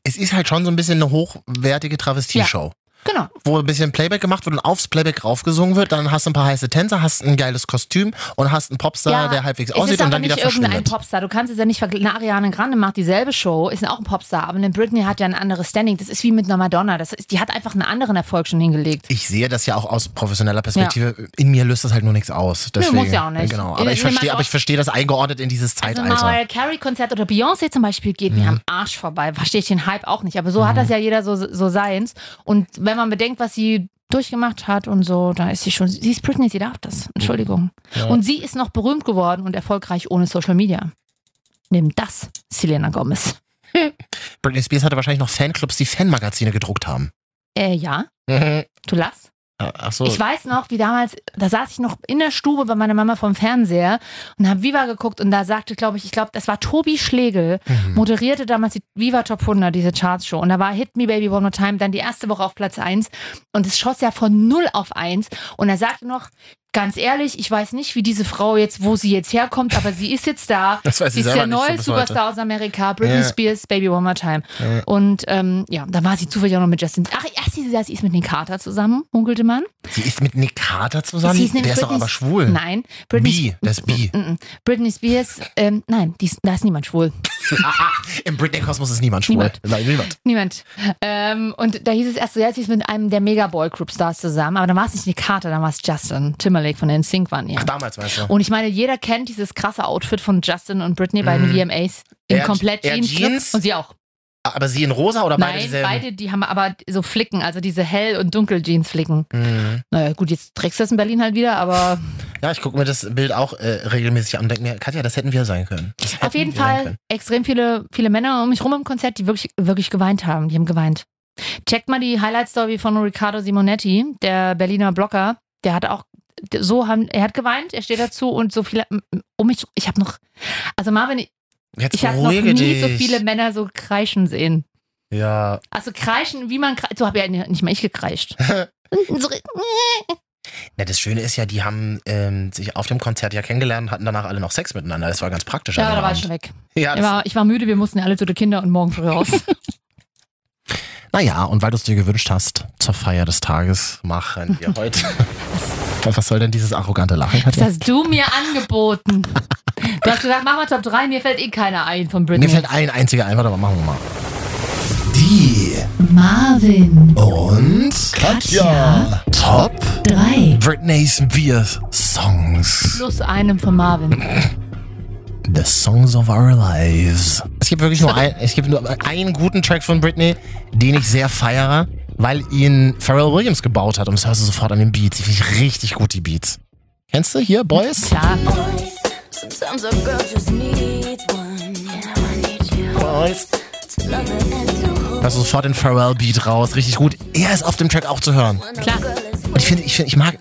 Es ist halt schon so ein bisschen eine hochwertige Travestie-Show. Genau. Wo ein bisschen Playback gemacht wird und aufs Playback raufgesungen wird, dann hast du ein paar heiße Tänzer, hast ein geiles Kostüm und hast einen Popstar, der halbwegs es aussieht ist und aber dann nicht wieder irgendein verschwindet. Popstar. Du kannst es ja nicht vergleichen. Eine Ariana Grande macht dieselbe Show, ist auch ein Popstar, aber eine Britney hat ja ein anderes Standing. Das ist wie mit einer Madonna. Das ist, die hat einfach einen anderen Erfolg schon hingelegt. Ich sehe das ja auch aus professioneller Perspektive. In mir löst das halt nur nichts aus. Nö, muss Deswegen, ja auch nicht. Genau, aber Ich- ich ich meine verstehe, aber auch- ich verstehe das eingeordnet in dieses Also ein Zeitalter. Mariah Carey Konzert oder Beyoncé zum Beispiel geht Mhm. mir am Arsch vorbei. Verstehe ich den Hype auch nicht. Aber so hat das ja jeder so, so seins. Und wenn man bedenkt, was sie durchgemacht hat und so, da ist sie schon, sie ist Britney, sie darf das. Entschuldigung. Ja. Und sie ist noch berühmt geworden und erfolgreich ohne Social Media. Nimm das, Selena Gomez. Britney Spears hatte wahrscheinlich noch Fanclubs, die Fanmagazine gedruckt haben. Äh, ja, Mhm. du lachst. Ach so. Ich weiß noch, wie damals, da saß ich noch in der Stube bei meiner Mama vom Fernseher und habe Viva geguckt und da sagte, glaube ich, ich glaube, das war Tobi Schlegel, Hm. Mhm. moderierte damals die Viva Top 100, diese Charts-Show. Und da war Hit Me Baby One More Time dann die erste Woche auf Platz 1 und es schoss ja von 0 auf 1 und er sagte noch, Ganz ehrlich, ich weiß nicht, wie diese Frau jetzt, wo sie jetzt herkommt, aber sie ist jetzt da. [LAUGHS] Das weiß sie sie ist selber der nicht so neue bis Superstar heute. aus Amerika, Britney Ja. Spears, Baby One More Time. Ja. Und ähm, ja, da war sie zufällig auch noch mit Justin. Ach, erst hieß sie, ja, sie ist mit den Carter zusammen, munkelte man. Sie ist mit Nick Carter zusammen? Sie ist Der nämlich ist doch Britney- aber schwul. Nein, Bi, das ist Bi. Mm, mm. Britney Spears, ähm, nein, die ist, da ist niemand schwul. Im Britney-Kosmos ist niemand schwul. Niemand. Nein, niemand. Niemand. Ähm, und da hieß es erst so, ja, sie ist mit einem der mega boy group stars zusammen, aber dann war es nicht Nick Carter, dann war es Justin Timberlake von NSYNC waren ihr. Ach, damals weißt du. Und ich meine, jeder kennt dieses krasse Outfit von Justin und Britney bei den Mhm. VMAs. In Er- komplett er Jeans. Jeans? Und sie auch. Aber sie in rosa oder beide Nein, dieselben? beide, die haben aber so Flicken, also diese hell- und dunkel Jeans-Flicken. Mhm. Naja, gut, jetzt trägst du das in Berlin halt wieder, aber Ja, ich gucke mir das Bild auch äh, regelmäßig an und denke mir, Katja, das hätten wir sein können. Das auf hätten jeden wir sein Fall können. extrem viele, viele Männer um mich rum im Konzert, die wirklich, wirklich geweint haben. Die haben geweint. Checkt mal die Highlight-Story von Riccardo Simonetti, der Berliner Blogger. Der hat auch so haben, er hat geweint, er steht dazu und so viele um mich, ich habe noch, also Marvin, Jetzt ich habe noch beruhige nie dich. so viele Männer so kreischen sehen. Ja. Also kreischen, wie man kreischt. So habe ja nicht mal ich gekreischt. [LAUGHS] So- Na, das Schöne ist ja, die haben ähm, sich auf dem Konzert ja kennengelernt, hatten danach alle noch Sex miteinander. Das war ganz praktisch. an ja, dem da war ich Abend. schon weg. Ja, Ich das, war, ich war müde, wir mussten ja alle zu den Kindern und morgen früh [LAUGHS] raus. naja, und weil du es dir gewünscht hast, zur Feier des Tages machen [LAUGHS] wir heute. was was soll denn dieses arrogante Lachen, Das Katja? hast du mir angeboten. Du hast gesagt, mach mal Top 3, mir fällt eh keiner ein von Britney. Mir fällt ein einziger ein, warte mal, machen wir mal. Die Marvin und Katja. Top 3. Britney Spears Songs. Plus einem von Marvin. The Songs of Our Lives. Es gibt wirklich nur, ein, es gibt nur einen guten Track von Britney, den ich sehr feiere, weil ihn Pharrell Williams gebaut hat. Und das hörst du sofort an den Beats. Die finde ich richtig gut, die Beats. Kennst du hier, Boys? Klar. Sometimes a girl just needs one. And I need you. Boys. To love her and to hold Hörst du sofort den Pharrell-Beat raus. Richtig gut. Er ist auf dem Track auch zu hören. Klar. Und ich finde, ich, find, ich mag,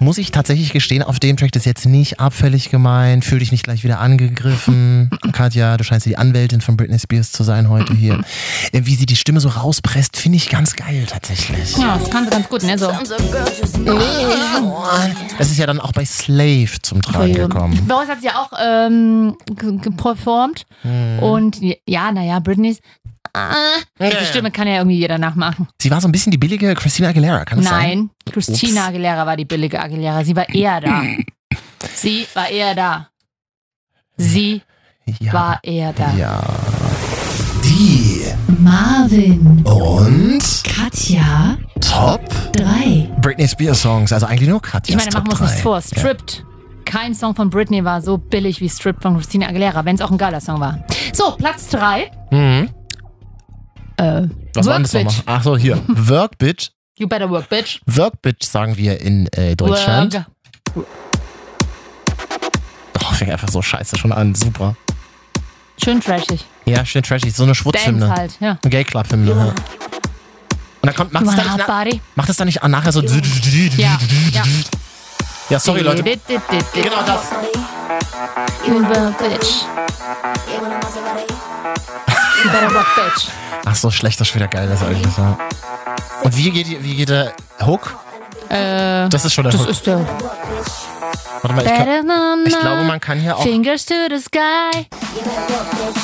muss ich tatsächlich gestehen, auf dem Track das ist jetzt nicht abfällig gemeint, fühl dich nicht gleich wieder [LAUGHS] angegriffen. Katja, du scheinst ja die Anwältin von Britney Spears zu sein heute hier. Äh, Wie sie die Stimme so rauspresst, finde ich ganz geil tatsächlich. Ja, das kannst du ganz gut, ne? So. Sometimes a girl just needs Das ist ja dann auch bei Slave zum Tragen gekommen. Boris hat sie ja auch ähm, ge- ge- performt. Hm. Und ja, naja, Britneys. Ah, Ja. diese Stimme kann ja irgendwie jeder nachmachen. Sie war so ein bisschen die billige Christina Aguilera, kann das sein? Nein, Christina Ups. Aguilera war die billige Aguilera. Sie war [LAUGHS] eher da. Sie war eher da. Sie Ja. war eher da. Ja. Die Marvin und Katja Top 3. Britney Spears Songs, also eigentlich nur Katja. Ich meine, machen wir uns nichts vor. Stripped. Kein Song von Britney war so billig wie Stripped von Christina Aguilera, wenn es auch ein geiler Song war. So, Platz 3. Ja. Mhm. Äh, Was work, war das nochmal? bitch. Ach so, [LAUGHS] hier. Work Bitch. You better work, bitch. Work Bitch sagen wir in äh, Deutschland. Work. Oh, fängt einfach so scheiße schon an. Super. Schön trashig. Ja, schön trashig. So eine Dance Schwutzhymne. halt, ja. Eine Gay Club Hymne. Ja. Und dann kommt, macht You es dann wanna nicht, hot na, [LAUGHS] body? macht es dann nicht nachher so. Ja, ja. Ja, sorry Leute. Genau das. You better work, bitch. you. When I'm Maserati, You better work, bitch. Ach so, schlecht, das ist wieder geil, das eigentlich. Ja. Und wie geht, die- wie geht der Hook? Äh, Das ist schon der das Hook. ist der. Warte mal, ich, Better kann, than ich glaube, man kann hier auch. Fingers to the sky. you better walk, bitch.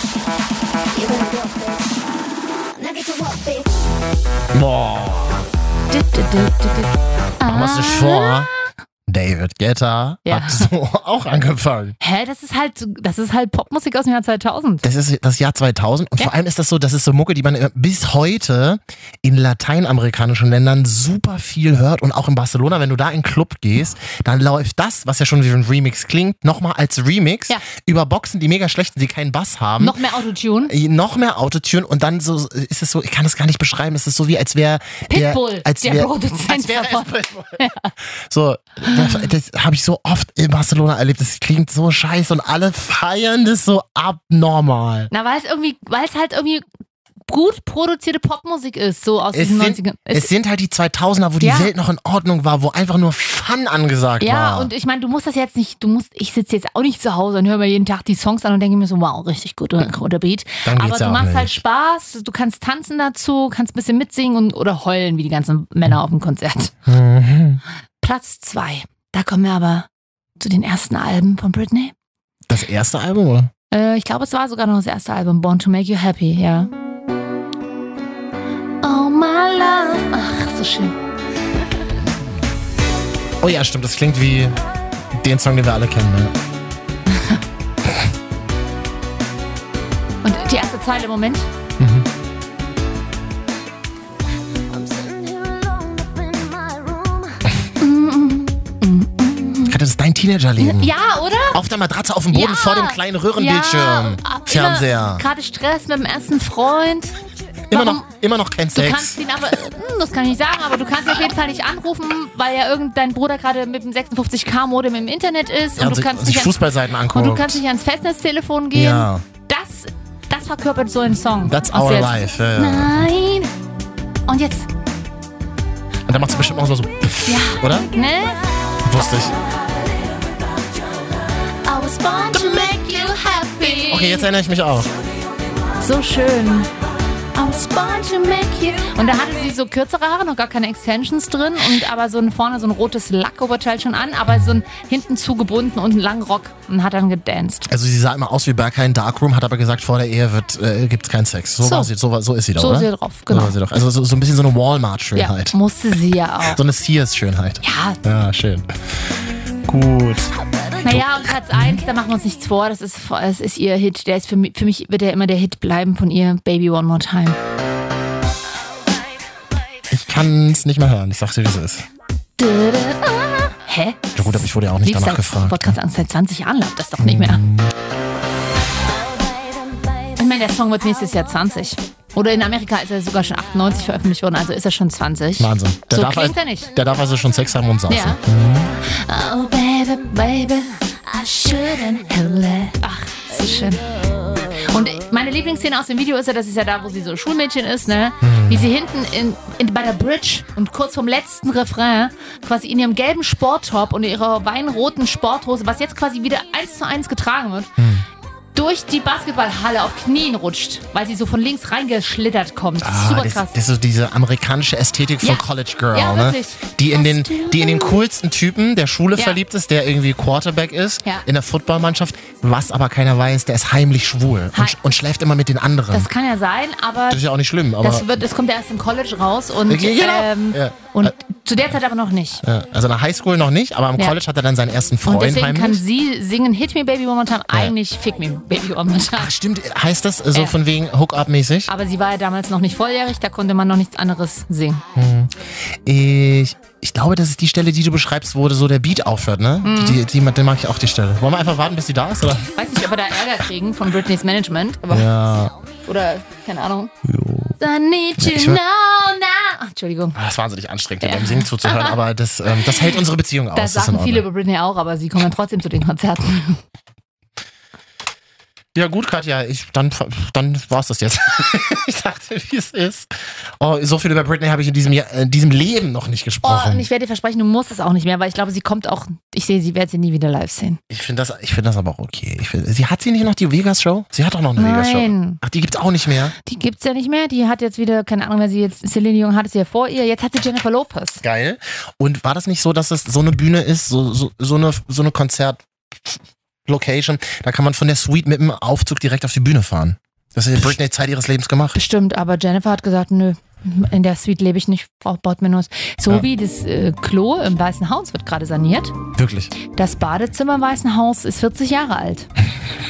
You better walk, bitch. Now get to walk, bitch. Boah, Du, du, du, du, du. machen wir es nicht vor. David Guetta Ah. Ja. hat so [LAUGHS] auch angefangen. Hä, das ist halt, das ist halt Popmusik aus dem Jahr 2000. Das ist das Jahr 2000 und Ja. vor allem ist das so, das ist so Mucke, die man bis heute in lateinamerikanischen Ländern super viel hört und auch in Barcelona, wenn du da in einen Club gehst, dann läuft das, was ja schon wie ein Remix klingt, nochmal als Remix Ja. über Boxen, die mega schlecht sind, die keinen Bass haben. Noch mehr Autotune. Äh, noch mehr Autotune und dann so ist es so, ich kann es gar nicht beschreiben, es ist so wie als wäre der, Pitbull, als der wär, Produzent als wäre es davon. Pitbull. So, das, das habe ich so oft in Barcelona erlebt, das klingt so scheiße und alle feiern das so abnormal. Na, weil es irgendwie, weil es halt irgendwie gut produzierte Popmusik ist, so aus Es diesen sind, 90ern. es, sind halt die 2000er, wo die Ja. Welt noch in Ordnung war, wo einfach nur Fun angesagt war. ja, und ich meine, du musst das jetzt nicht, du musst, ich sitze jetzt auch nicht zu Hause und höre mir jeden Tag die Songs an und denke mir so, wow, richtig gut oder, oder Beat. Dann geht's Aber du ja auch machst halt nicht. Spaß, du kannst tanzen dazu, kannst ein bisschen mitsingen und, oder heulen wie die ganzen Männer auf dem Konzert. Mhm. Platz zwei. Da kommen wir aber zu den ersten Alben von Britney. Das erste Album, oder? Äh, ich glaube, es war sogar noch das erste Album, Born to Make You Happy, ja. Oh my love. Ach, so schön. Oh ja, stimmt, das klingt wie den Song, den wir alle kennen. Ne? Und die erste Zeile, Moment. Hm. I'm sitting here alone up in my room. Hm. Katja, das ist dein Teenagerleben. Ja, oder? Auf der Matratze, auf dem Boden, Ja. vor dem kleinen Röhrenbildschirm. Ja, ab- immer Fernseher. Gerade Stress mit dem ersten Freund. Immer Warum- noch, immer noch kein Du Sex. kannst ihn aber, hm, das kann ich nicht sagen, aber du kannst ihn auf jeden Fall nicht anrufen, weil ja irgendein Bruder gerade mit dem 56K-Modem im Internet ist ja, und, und du sich, kannst sich nicht ans, Fußballseiten angucken. und du kannst nicht ans Festnetztelefon gehen. Ja. Das, das verkörpert so ein Song. That's Aus our jetzt. life. Ja, ja. Nein. Und jetzt, Und dann macht es bestimmt auch so, so ja, oder? ne? Wusste ich. I was born to make you happy. Okay, jetzt erinnere ich mich auch. So schön. I was born to make you. Und da hatte sie so kürzere Haare, noch gar keine Extensions drin, und aber so ein, vorne so ein rotes Lackoberteil schon an, aber so ein hinten zugebunden und einen langen Rock und hat dann gedanced. Also sie sah immer aus wie Berghain in Darkroom, hat aber gesagt, vor der Ehe wird, äh, gibt's keinen Sex. So, So. War sie, so, war- so ist sie doch, So oder? ist sie drauf, genau. So war sie doch. Also so, so ein bisschen so eine Walmart-Schönheit. Ja, musste sie ja auch. So eine Sears-Schönheit. Ja. Ja, schön. Gut. Naja, und Platz 1, da machen wir uns nichts vor, das ist, das ist ihr Hit. Der ist für mich, für mich wird er immer der Hit bleiben von ihr, Baby One More Time. Ich kann's nicht mehr hören. Ich sag's dir, wie es ist. Hä? Ja, gut, aber ich wurde ja auch nicht Lief danach seit, Ich gefragt. ne? wollte gerade sagen, seit 20 Jahren läuft das doch nicht mehr. Ich meine, der Song wird nächstes Jahr 20. Oder in Amerika ist er sogar schon 98 veröffentlicht worden, also ist er schon 20. Wahnsinn. Der so darf klingt also, er nicht. Der darf also schon Sex haben und saufen. Ja. Oh, baby, baby, I shouldn't have left. Ach, so schön. Und meine Lieblingsszene aus dem Video ist ja, das ist ja da, wo sie so Schulmädchen ist, ne? Mhm. Wie sie hinten in, in, bei der Bridge und kurz vom letzten Refrain quasi in ihrem gelben Sporttop und ihrer weinroten Sporthose, was jetzt quasi wieder eins zu eins getragen wird, Mhm. durch die Basketballhalle auf Knien rutscht, weil sie so von links reingeschlittert kommt. Ah, Super das, krass. das ist so diese amerikanische Ästhetik von Ja. College Girl, Ja, ne? wirklich. Die in den, die in den coolsten Typen der Schule Ja. verliebt ist, der irgendwie Quarterback ist Ja. in der Footballmannschaft, was aber keiner weiß, der ist heimlich schwul Hi. und, sch und schläft immer mit den anderen. Das kann ja sein, aber Das ist ja auch nicht schlimm, aber das, wird, das kommt ja erst im College raus und, Ja, genau. ähm, Ja. und zu der Zeit aber noch nicht. ja, also in der Highschool noch nicht, aber im Ja. College hat er dann seinen ersten Und Freund deswegen kann heimlich. sie singen Hit Me Baby One More Time, eigentlich Fick Me Baby One More Time. Ach, stimmt, heißt das so Ja. von wegen Hook-up-mäßig? Aber sie war ja damals noch nicht volljährig, da konnte man noch nichts anderes singen. Ich, ich glaube, das ist die Stelle, die du beschreibst, wo so der Beat aufhört, ne? Mhm. Die, die, die, den mag ich auch, die Stelle. Wollen wir einfach warten, bis sie da ist, oder? Weiß nicht, ob wir da Ärger kriegen von Britneys Management, aber, Ja. oder keine Ahnung. I need you Ich now, will- now. Ach, Entschuldigung. Ah, Das ist wahnsinnig anstrengend, dir beim Singen zuzuhören, aber das, ähm, das hält unsere Beziehung aus. Das ist in sagen viele Ordnung. über Britney auch, aber sie kommen dann trotzdem zu [LAUGHS] den Konzerten. Ja, gut, Katja, ich, dann, dann war's das jetzt. [LAUGHS] ich dachte, wie es ist. Oh, so viel über Britney habe ich in diesem, Jahr, in diesem Leben noch nicht Oh, und gesprochen. ich werde dir versprechen, du musst es auch nicht mehr, weil ich glaube, sie kommt auch, ich sehe, sie werde sie nie wieder live sehen. ich finde das, ich finde das aber auch okay. Ich find, sie hat sie nicht noch die Vegas-Show? Sie hat doch noch eine Vegas-Show. Nein. Ach, die gibt's auch nicht mehr. Die gibt's ja nicht mehr. Die hat jetzt wieder, keine Ahnung, wer sie jetzt, Celine Jung hatte sie ja vor ihr. Jetzt hat sie Jennifer Lopez. Geil. Und war das nicht so, dass es so eine Bühne ist, so, so, so eine, so eine Konzert-Location, da kann man von der Suite mit dem Aufzug direkt auf die Bühne fahren? Das hat Britney Zeit ihres Lebens gemacht. Bestimmt, aber Jennifer hat gesagt, nö, in der Suite lebe ich nicht, brauch- baut mir nur was. So Ja. wie das äh, Klo im Weißen Haus wird gerade saniert. Wirklich. Das Badezimmer im Weißen Haus ist 40 Jahre alt.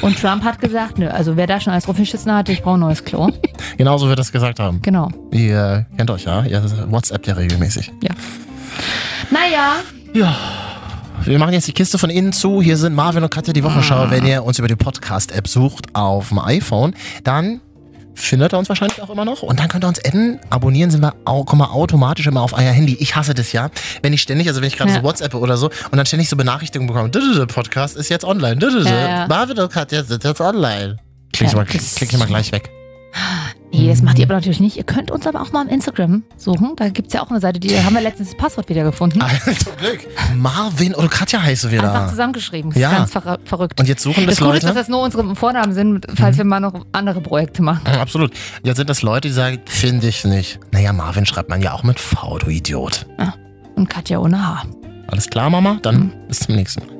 Und Trump hat gesagt, nö, also wer da schon als Ruffischützen hatte, ich brauche ein neues Klo. Genauso wird das gesagt haben. Genau. Ihr kennt euch, ja? Ihr WhatsApp ja regelmäßig. Naja, Wir machen jetzt die Kiste von innen zu. Hier sind Marvin und Katja die Wochenschau. Ah. Wenn ihr uns über die Podcast-App sucht auf dem iPhone, dann findet ihr uns wahrscheinlich auch immer noch. Und dann könnt ihr uns adden. Abonnieren sind wir au kommen wir automatisch immer auf euer Handy. Ich hasse das ja. Wenn ich ständig, also wenn ich gerade Ja. so WhatsApp oder so und dann ständig so Benachrichtigungen bekomme, der Podcast ist jetzt online. Dü, dü, dü. Ja, ja. Marvin und Katja sind jetzt online. Klick ich, Ja, mal, klick, das- klick ich mal gleich weg. [LAUGHS] nee, das macht ihr aber natürlich nicht. Ihr könnt uns aber auch mal am Instagram suchen. Da gibt's ja auch eine Seite, die haben wir letztens das Passwort wieder gefunden. Zum Glück. Marvin oder Katja heißen wir Einfach da. zusammengeschrieben. Das ist Genau. Ja. ganz verra- verrückt. Und jetzt suchen das, Das Coole ist, Leute. Mhm. dass das nur unsere Vornamen sind, falls wir mal noch andere Projekte machen. Ja, Absolut. Jetzt sind das Leute, die sagen, finde ich nicht. Naja, Marvin schreibt man ja auch mit V, du Idiot. Und Katja ohne Haar. Alles klar, Mama? Dann bis zum nächsten Mal.